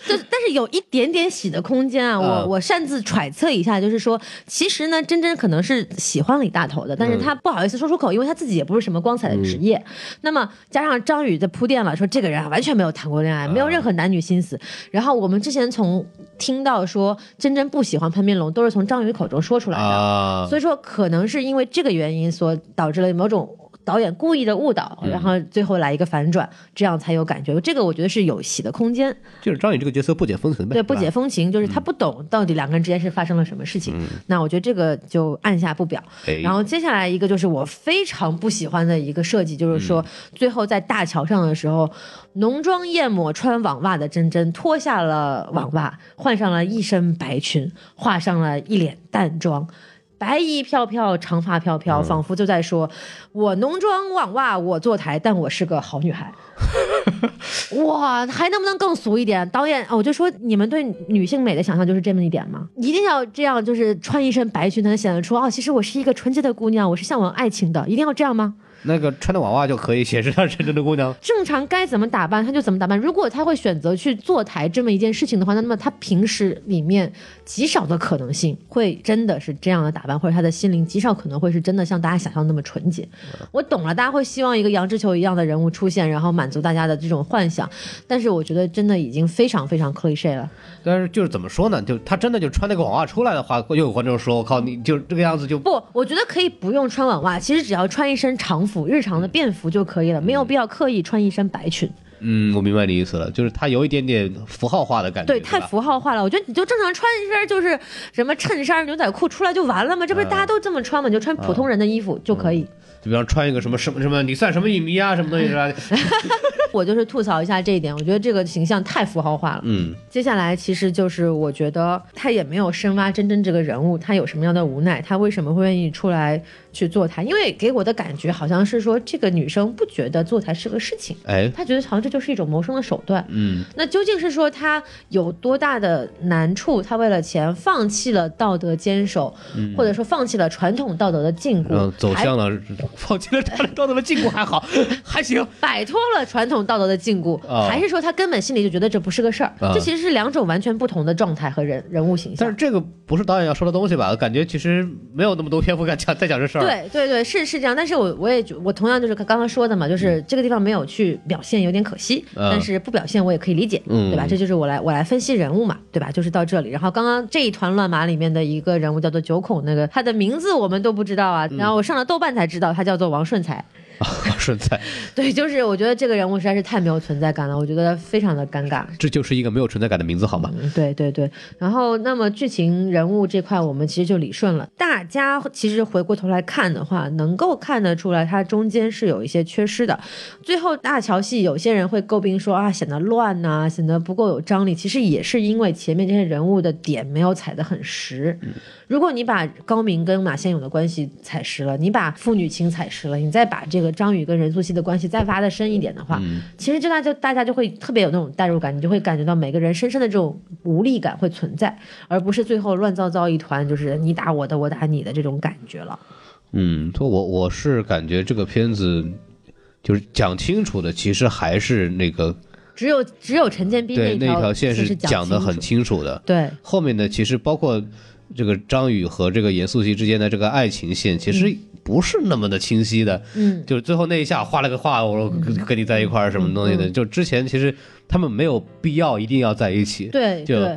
S1: 但但是有一点点洗的空间啊。我
S3: 嗯
S1: 我擅自揣测一下，就是说，其实呢，真真可能是喜欢李大头的，
S3: 嗯
S1: 但是他不好意思说出口，因为他自己也不是什么光彩的职业。那么加上张宇的铺垫了，说这个人啊完全没有谈过恋爱，没
S3: 嗯
S1: 有任何男女心思。然后我们之前从听到说真真不喜欢潘斌龙，都是从张宇口中说出来的。
S3: 啊，
S1: 所以说，可能是因为这个原因所导致了某种导演故意的误导，然后最后来一个反转，这样才有感觉。这个我觉得是有洗的空间，
S3: 就是张宇这个角色不解风情呗，
S1: 对，
S3: 是
S1: 不
S3: 吧
S1: 解风情，就是他不懂到底两个人之间是发生了什么事情。那我觉得这个就按下不表。
S3: 哎
S1: 然后接下来一个就是我非常不喜欢的一个设计，就是说最后在大桥上的时候，浓妆艳抹穿网袜的珍珍脱下了网袜，换上了一身白裙，画上了一脸淡妆。白衣飘飘，长发飘飘，仿佛就在说：“我浓妆网袜，我坐台，但我是个好女孩。” 哇，还能不能更俗一点？导演，哦我就说你们对女性美的想象就是这么一点吗？一定要这样，就是穿一身白裙才能显得出哦，其实我是一个纯洁的姑娘，我是向往爱情的，一定要这样吗？
S3: 那个穿的网袜就可以显示她是真正的姑娘。
S1: 正常该怎么打扮她就怎么打扮。如果她会选择去坐台这么一件事情的话，那么她平时里面极少的可能性会真的是这样的打扮，或者她的心灵极少可能会是真的像大家想象那么纯洁。我懂了，大家会希望一个杨之球一样的人物出现，然后满足大家的这种幻想，但是我觉得真的已经非常非常 cliche 了。
S3: 但是就是怎么说呢，就她真的就穿那个网袜出来的话，又有观众说我靠，你就这个样子就
S1: 不，我觉得可以不用穿网袜，其实只要穿一身常服、日常的便服就可以了，没有必要刻意穿一身白裙。
S3: 嗯，我明白你意思了，就是她有一点点符号化的感觉，
S1: 对，太
S3: 吧
S1: 符号化了。我觉得你就正常穿一身就是什么衬衫、牛仔裤出来就完了吗？这不是大家都这么穿吗？你就穿普通人的衣服就可以。
S3: 就比方穿一个什么什么什么，你算什么影迷啊，什么东西是 吧？
S1: 我就是吐槽一下这一点，我觉得这个形象太符号化了。
S3: 嗯，
S1: 接下来其实就是我觉得他也没有深挖真真这个人物，他有什么样的无奈，他为什么会愿意出来去坐台，因为给我的感觉好像是说这个女生不觉得坐台是个事情，
S3: 哎，
S1: 她觉得好像这就是一种谋生的手段。
S4: 嗯，
S1: 那究竟是说她有多大的难处？她为了钱放弃了道德坚守，或者说放弃了传统道德的禁锢，
S3: 然后嗯呃走
S1: 还
S3: 向了放弃了他的道德的禁锢，还好，还行。
S1: 摆脱了传统道德的禁锢，
S3: 啊
S1: 还是说他根本心里就觉得这不是个事儿？
S3: 啊
S1: 这其实是两种完全不同的状态和人人物形
S3: 但
S1: 象
S3: 是。这个不是导演要说的东西吧？感觉其实没有那么多篇幅敢讲再讲这事儿。，
S1: 对对对，是是这样，但是我我也觉我同样就是刚刚说的嘛，就是这个地方没有去表现，有点可惜，
S3: 嗯
S1: 但是不表现我也可以理解，
S3: 嗯
S1: 对吧？这就是我来我来分析人物嘛，对吧？就是到这里，然后刚刚这一团乱麻里面的一个人物叫做九孔，那个他的名字我们都不知道
S3: 嗯
S1: 啊，然后我上了豆瓣才知道他叫做王顺才，
S3: 顺带，
S1: 对，就是我觉得这个人物实在是太没有存在感了，我觉得非常的尴尬。
S3: 这就是一个没有存在感的名字，好吗？
S1: 嗯，对对对。然后，那么剧情人物这块，我们其实就理顺了。大家其实回过头来看的话，能够看得出来，它中间是有一些缺失的。最后大桥戏，有些人会诟病说啊，显得乱呐、显得不够有张力。其实也是因为前面这些人物的点没有踩得很实。如果你把高明跟马先勇的关系踩实了，你把父女情踩实了，你再把这个张宇跟任素汐的关系再挖得深一点的话，其实就大就大家就会特别有那种代入感，你就会感觉到每个人深深的这种无力感会存在，而不是最后乱糟糟一团，就是你打我的，我打你的这种感觉了。
S3: 嗯，所以我我是感觉这个片子就是讲清楚的，其实还是那个
S1: 只有只有陈建斌
S3: 对那
S1: 条
S3: 条线
S1: 是
S3: 是讲的很
S1: 清楚，
S3: 清楚的。
S1: 对
S3: 后面的其实包括这个张宇和这个严素汐之间的这个爱情线，其实不是那么的清晰的。
S1: 嗯，
S3: 就是最后那一下画了个画，我跟跟你在一块儿什么东西
S1: 嗯
S3: 的，就之前其实他们没有必要一定要在一起，
S1: 对
S3: 就
S1: 对。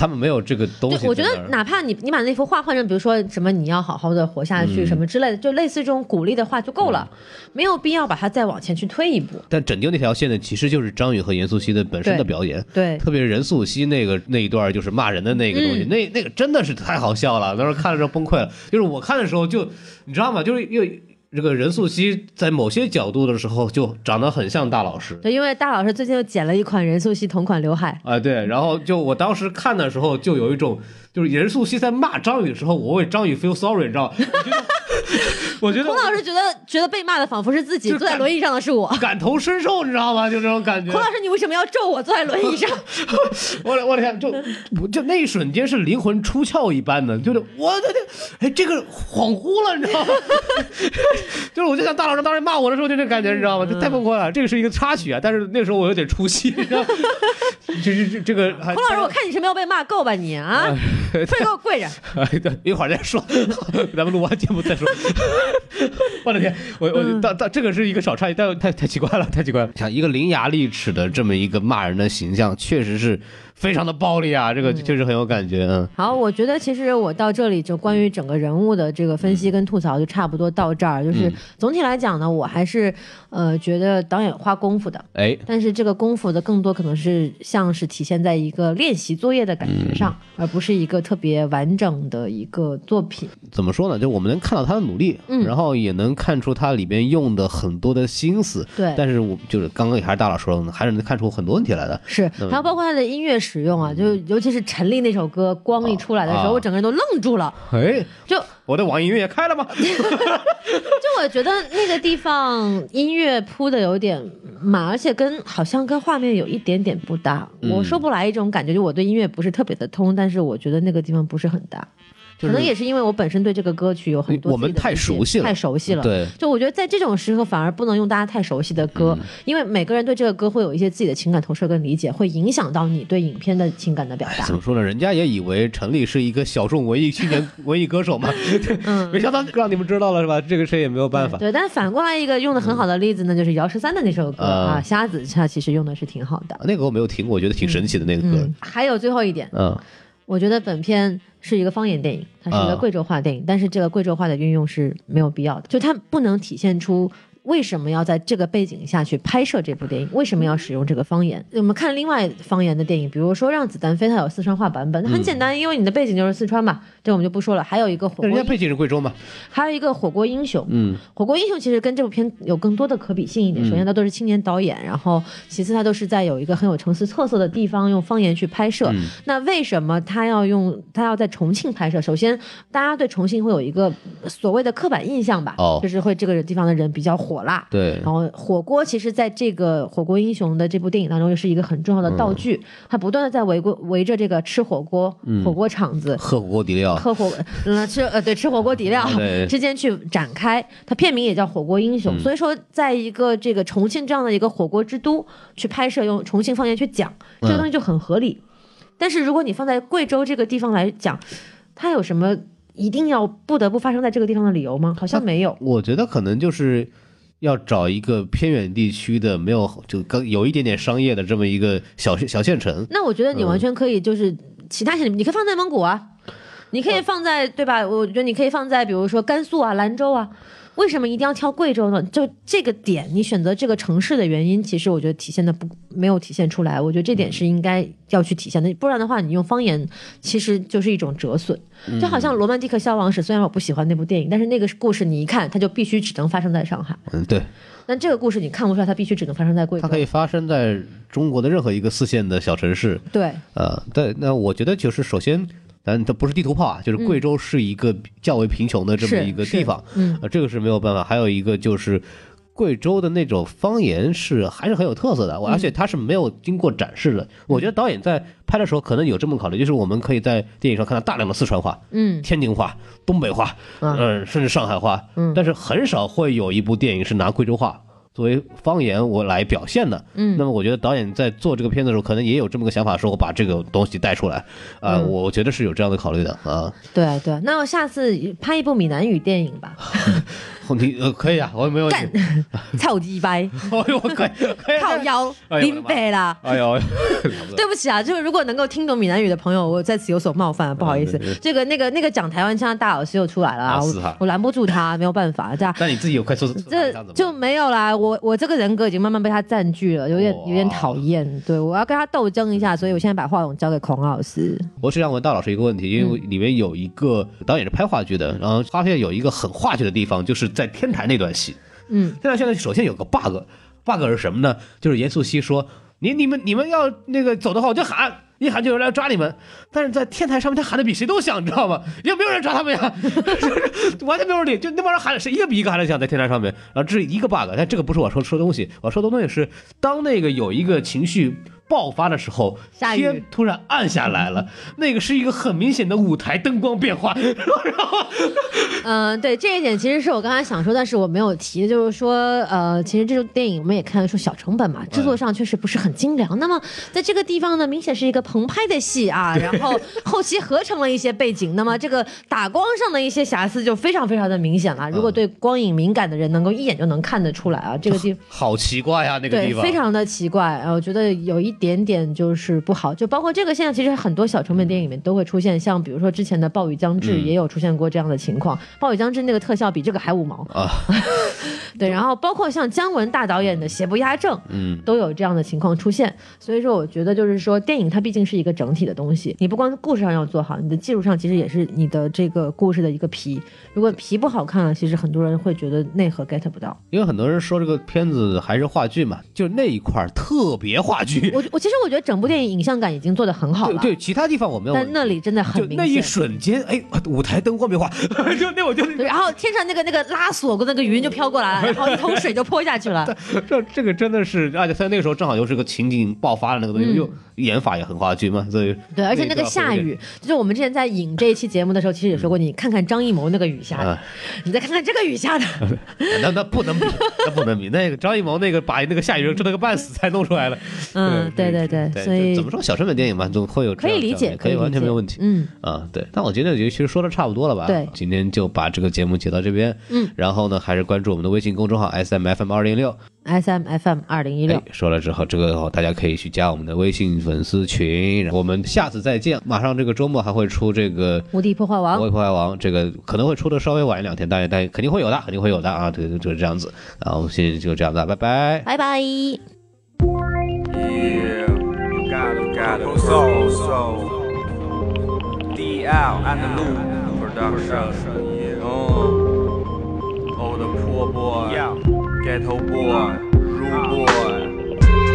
S3: 他们没有这个东西
S1: 对，
S3: 在那儿。
S1: 我觉得哪怕你你把那幅画换成，比如说什么你要好好的活下
S3: 嗯
S1: 去、什么之类的，就类似这种鼓励的话就够了，没有必要把它再往前去推一步。
S3: 但拯救那条线呢，其实就是张宇和严素汐的本身的
S1: 对
S3: 表演。
S1: 对，
S3: 特别是任素汐那个那一段，就是骂人的那个东西，
S1: 嗯
S3: 那那个真的是太好笑了，当时看的时候崩溃了。就是我看的时候就，你知道吗？就是又这个任素汐在某些角度的时候，就长得很像大老师。
S1: 对，因为大老师最近又剪了一款任素汐同款刘海，
S3: 啊，对，然后就我当时看的时候，就有一种就是任素汐在骂张宇的时候，我为张宇 feel sorry，你知道吗？我觉得，我
S1: 孔
S3: 觉
S1: 老师觉得觉得被骂的仿佛是自己，
S3: 就是
S1: 坐在轮椅上的是我
S3: 得。感同身受，你知道吗？就这种感觉
S1: 孔。老师，你为什么要咒我坐在轮椅上？
S3: 我我的天，就就那一瞬间是灵魂出窍一般的，就是我的天，哎，这个恍惚了，你知道吗？ 就是我就像大老师当时骂我的时候就这感觉，你知道吗？这太崩溃了。这个是一个插曲啊，但是那时候我有点出戏，你知道吗？ 这这这这个 还
S1: 孔老师，我看你是没有被骂够吧你啊！快点给我跪着！
S3: 哎，对，一会儿再说，咱们录完节目再说。 我的天，我
S1: 嗯
S3: 我到到这个是一个小差异，但太太奇怪了，太奇怪了。像一个伶牙俐齿的这么一个骂人的形象，确实是非常的暴力啊，这
S1: 嗯
S3: 个确实很有感觉。嗯，
S1: 好，我觉得其实我到这里就关于整个人物的这个分
S3: 嗯
S1: 析跟吐槽就差不多到这儿。就是总体来讲呢，我还是呃觉得导演花功夫的，
S3: 哎，
S1: 但是这个功夫的更多可能是像是体现在一个练习作业的感觉上，
S3: 嗯
S1: 而不是一个特别完整的一个作品。
S3: 怎么说呢？就我们能看到他的努力，
S1: 嗯
S3: 然后也能看出他里边用的很多的心思。
S1: 对
S3: 但是我就是刚刚也还是大佬说的呢，还是能看出很多问题来的。
S1: 是，还有包括他的音乐使用啊，就尤其是陈粒那首歌《光》一出来的时候，
S3: 嗯啊
S1: 我整个人都愣住了。
S3: 哎，
S1: 就就
S3: 我的网易云也开了吗？
S1: 我觉得那个地方音乐铺的有点满，而且跟好像跟画面有一点点不搭，
S3: 嗯
S1: 我说不来一种感觉，就我对音乐不是特别的通，但是我觉得那个地方不是很搭。
S3: 就
S1: 可
S3: 是
S1: 能也是因为我本身对这个歌曲有很多
S3: 我们
S1: 自己的
S3: 太
S1: 理解
S3: 熟悉了
S1: 太熟悉了。
S3: 对
S1: 就我觉得在这种时刻反而不能用大家太熟悉的歌，
S3: 嗯
S1: 因为每个人对这个歌会有一些自己的情感投射跟理解，会影响到你对影片的情感的表达
S3: 哎怎。么说呢？人家也以为陈粒是一个小众文艺 青年文艺歌手嘛，没想到让你们知道了是吧？这个谁也没有办法。
S1: 嗯对，但是反过来一个用的很好的例子呢，就是姚十三的那首歌、
S3: 呃
S1: 啊，瞎子他其实用的是挺好的。
S3: 那个我没有听过，我觉得挺神奇的那个歌
S1: 嗯。，还有最后一点，
S3: 嗯，
S1: 我觉得本片是一个方言电影，它是一个
S3: 啊
S1: 贵州话电影，但是这个贵州话的运用是没有必要的，就它不能体现出为什么要在这个背景下去拍摄这部电影？为什么要使用这个方言？我们看另外方言的电影，比如说《让子弹飞》，它有四川话版本，
S3: 嗯
S1: 很简单，因为你的背景就是四川嘛，这我们就不说了。还有一个火
S3: 人
S1: 锅
S3: 家，背景是贵州嘛，
S1: 还有一个火锅英雄，
S3: 嗯，
S1: 火锅英雄其实跟这部片有更多的可比性一点。首先，它都是青年导演，然后其次，它都是在有一个很有城市特色的地方用方言去拍摄。
S3: 嗯
S1: 那为什么他要用他要在重庆拍摄？首先，大家对重庆会有一个所谓的刻板印象吧，
S3: 哦
S1: 就是会这个地方的人比较火辣。
S3: 对
S1: 然后火锅其实在这个《火锅英雄》的这部电影当中，又是一个很重要的道
S3: 嗯
S1: 具。他不断的在围过围着这个吃火锅、火锅场子
S3: 喝火锅底料，
S1: 喝火， 嗯，吃呃对吃火锅底料
S3: 对嗯
S1: 之间去展开，它片名也叫《火锅英雄》，所以说在一个这个重庆这样的一个火锅之都去拍摄，用重庆方言去讲
S3: 嗯
S1: 这个东西就很合理。但是如果你放在贵州这个地方来讲，它有什么一定要不得不发生在这个地方的理由吗？好像没有。
S3: 我觉得可能就是要找一个偏远地区的，没有就刚有一点点商业的这么一个小小县城。
S1: 那我觉得你
S3: 嗯
S1: 完全可以，就是其他县里面，你可以放在蒙古啊，你可以放在对吧？我觉得你可以放在比如说甘肃啊、兰州啊。为什么一定要挑贵州呢？就这个点，你选择这个城市的原因，其实我觉得体现的不没有体现出来。我觉得这点是应该要去体现的，不然的话，你用方言其实就是一种折损。
S3: 嗯
S1: 就好像《罗曼蒂克消亡史》，虽然我不喜欢那部电影，但是那个故事你一看，它就必须只能发生在上海。
S3: 嗯，对，
S1: 那这个故事你看不出来，它必须只能发生在贵
S3: 它
S1: 州。
S3: 可以发生在中国的任何一个四线的小城市。
S1: 对，
S3: 呃，但那我觉得就是首先，咱它不是地图炮啊，就是贵州是一个较为贫穷的这么
S1: 嗯是
S3: 一个
S1: 是
S3: 地方，
S1: 嗯
S3: 呃，这个是没有办法。还有一个就是。贵州的那种方言是还是很有特色的，我而且它是没有经过展示的。我觉得导演在拍的时候可能有这么考虑，就是我们可以在电影上看到大量的四川话、
S1: 嗯
S3: 天津话、东北话，
S1: 啊
S3: 嗯，甚至上海话，但是很少会有一部电影是拿贵州话作为方言我来表现的，嗯，那么我觉得导演在做这个片子的时候，可能也有这么个想法，说我把这个东西带出来，啊、我觉得是有这样的考虑的啊，
S1: 对对，那我下次拍一部闽南语电 影吧，
S3: 你呃可以啊，我也没有，
S1: 干臭鸡掰，
S3: 哎呦，我可以，可以，
S1: 靠腰，
S3: 哎呦我的妈
S1: 林北啦。
S3: 哎呦，
S1: 对不起啊，就是如果能够听懂闽南语的朋友，我在此有所冒犯，不好意思
S3: 嗯对对。
S1: 这个、那个、那个讲台湾腔的大老师又出来了啊，
S3: 啊是啊
S1: 我我拦不住他，没有办法， 这样
S3: 那你自己有快说，
S1: 这就没有啦。我我这个人格已经慢慢被他占据了，有点
S3: 哇
S1: 有点讨厌。对我要跟他斗争
S3: 哦嗯
S1: 一下，所以我现在把话筒交给孔老师。
S3: 我只想问大老师一个问题，因为里面有一个导演是拍话剧的，然后发现有一个很话剧的地方，就是在天台那段戏。
S1: 嗯，
S3: 天台现在首先有个 bug，bug 是什么呢？就是严素汐说：“你你们你们要那个走的话，我就喊。”一喊就有人来抓你们，但是在天台上面，他喊的比谁都响，你知道吗？也没有人抓他们呀， 完全没有人理。就那帮人喊，谁一个比一个喊的响，在天台上面。然后这是一个 bug，但这个不是我说说东西，我说的东西是当那个有一个情绪爆发的时候，
S1: 下雨
S3: 天突然暗下来了，那个是一个很明显的舞台灯光变化， 然后
S1: 嗯，对这一点其实是我刚才想说，但是我没有提，就是说，呃，其实这部电影我们也看得出小成本嘛，制作上确实不是很精良。那么在这个地方呢，明显是一个澎湃的戏啊，然后后期合成了一些背景，那么这个打光上的一些瑕疵就非常非常的明显了。如果对光影敏感的人，能够一眼就能看得出来啊，这个地
S3: 好奇怪呀、那个地
S1: 对，
S3: 方
S1: 非常的奇怪，啊，我觉得有一点点就是不好，就包括这个现象，其实很多小成本电影里面都会出现，像比如说之前的《暴雨将至》
S3: 嗯
S1: 也有出现过这样的情况，暴雨将至》那个特效比这个还五毛，
S3: 啊，
S1: 对，然后包括像姜文大导演的《邪不压正》，
S3: 嗯，
S1: 都有这样的情况出现，所以说我觉得就是说，电影它毕竟是一个整体的东西，你不光故事上要做好，你的技术上其实也是你的这个故事的一个皮，如果皮不好看了，其实很多人会觉得内核 get 不到。
S3: 因为很多人说这个片子还是话剧嘛，就是那一块儿特别话剧。
S1: 我我其实我觉得整部电影影像感已经做得很好
S3: 对
S1: 了。
S3: 对，其他地方我没有问
S1: 但
S3: 题，
S1: 那里真的很
S3: 就
S1: 明
S3: 那一
S1: 显。
S3: 瞬间，哎，舞台灯光变化， 就那我就
S1: 对然后天上那个那个拉锁跟那个云就飘过来了，然后一桶水就泼下去 了。
S3: 这这个真的是，而且在那个时候正好又是个情景爆发的那个
S1: 嗯
S3: 东西，又演法也很话剧嘛，所以
S1: 对，而且那个下雨，就是我们之前在引这一期节目的时候，其实也说过，你看看张艺谋那个雨下的，
S3: 啊
S1: 你再看看这个雨下 的，
S3: 一段时间，那那不能比， 那不能比，那个张艺谋那个把那个下雨折腾个半死才弄出来了。
S1: 嗯，对对对，所
S3: 就
S1: 以
S3: 怎么说小成本电影嘛，总会有这
S1: 可
S3: 样
S1: 以理
S3: 这
S1: 解，
S3: 样的可以
S1: 理
S3: 完
S1: 解
S3: 全没有问题。
S1: 嗯，
S3: 啊，对，但我觉得其实说的差不多了吧？
S1: 对
S3: 今天就把这个节目截到这边。
S1: 嗯，
S3: 然后呢，还是关注我们的微信公众号 S M F M 二零六，
S1: S M F M 二零一六
S3: 哎。说了之后，这个哦大家可以去加我们的微信粉丝群，然后我们下次再见。马上这个周末还会出这个
S1: 无敌破坏
S3: 《魔
S1: 王
S3: 鬼，破坏王》，这个可能会出的稍微晚一两天，但但肯定会有的，肯定会有的啊！对，就是这样子啊，我们现在就这样子啊，拜拜。
S1: 拜拜。
S4: Yeah, you gotta, gotta go so. DL and the Lou production. Yeah. Uh, oh, the poor boy. Ghetto boy, rude boy.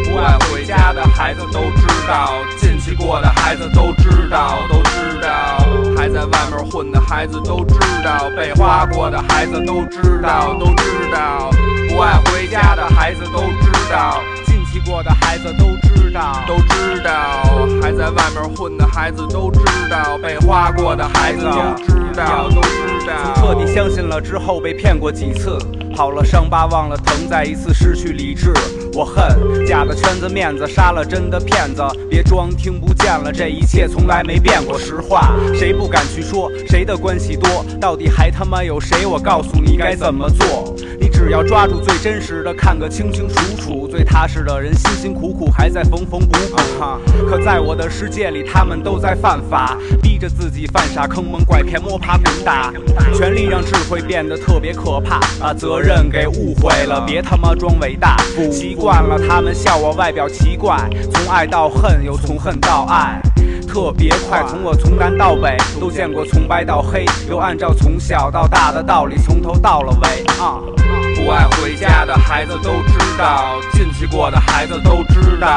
S4: 不爱回家的孩子都知道，进去过的孩子都知道，都知道。还在外面混的孩子都知道，被花过的孩子都知道，都知道。不爱回家的孩子都知道，进去过的孩子都知道，都知道。还在外面混的孩子都知道，被花过的孩子都知道，都知道。
S5: 从彻底相信了之后被骗过几次，好了伤疤忘了疼，再一次失去理智。我恨假的圈子面子，杀了真的骗子，别装听不见了，这一切从来没变过。实话谁不敢去说，谁的关系多，到底还他妈有谁？我告诉你该怎么做，你只要抓住最真实的，看个清清楚楚，最踏实的人辛辛苦苦还在缝缝补补。啊可在我的世界里，他们都在犯法，逼着自己犯傻，坑蒙拐骗，摸爬滚打，全力让智慧变得特别可怕，把责任给误会了，别他妈装伟大。习惯了他们笑我外表奇怪，从爱到恨，又从恨到爱。特别快，从我从南到北都见过从白到黑，又按照从小到大的道理从头到了尾啊。
S4: 不爱回家的孩子都知道，进去过的孩子都知道，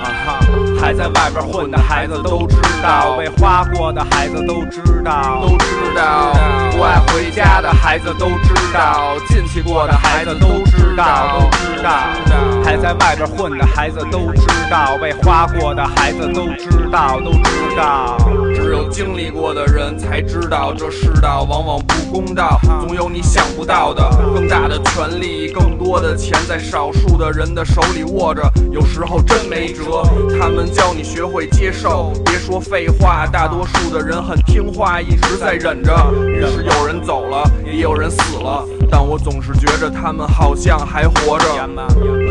S4: 啊哈，还在外边混的孩子都知道，
S5: 被
S4: 被
S5: 花过的孩子都知道，
S4: 都知道。不爱回家的孩子都知道，进去过的孩子都知道，都知道。
S5: 还在外边混的孩子都知道，被花过的孩子都知道，都知道。
S4: 只有经历过的人才知道，这世道往往不公道，总有你想不到的。更大的权力，更多的钱，在少数的人的手里握着，有时候真没辙。他们教你学会接受，别说废话。大多数的人很听话，一直在忍着。于是有人走了，也有人死了，但我总是觉着他们好像还活着。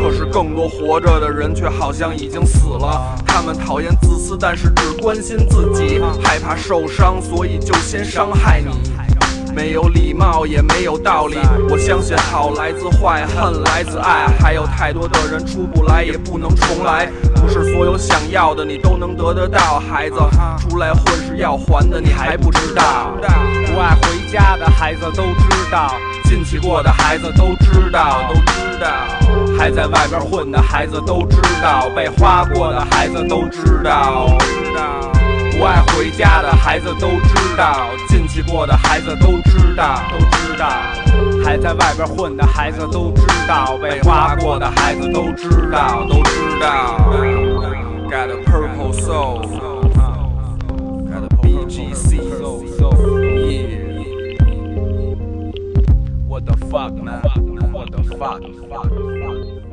S4: 可是更多活着的人却好像已经死了。他们讨厌自私，但是只关心自己，
S5: 嗯
S4: 害怕受伤，所以就先伤害你。没有礼貌也没有道理。我相信好来自坏，恨来自爱，还有太多的人出不来，也不能重来。不是所有想要的你都能得得到，孩子，
S5: 嗯
S4: 出来混是要还的，你还不知道。
S5: 不爱回家的孩子都知道，
S4: 进去过的孩子都知道，都知道。
S5: 还在外边混的孩子都知道，被花过的孩子都知道。
S4: 不爱回家的孩子都知道，进去过的孩子都知道，
S5: 都知道，还在外边混的孩子都知道，被花过的孩子都知道，都
S4: 都知道。Got a purple soul. Got a BGC. Yeah.
S5: What the fuck man? What the fuck?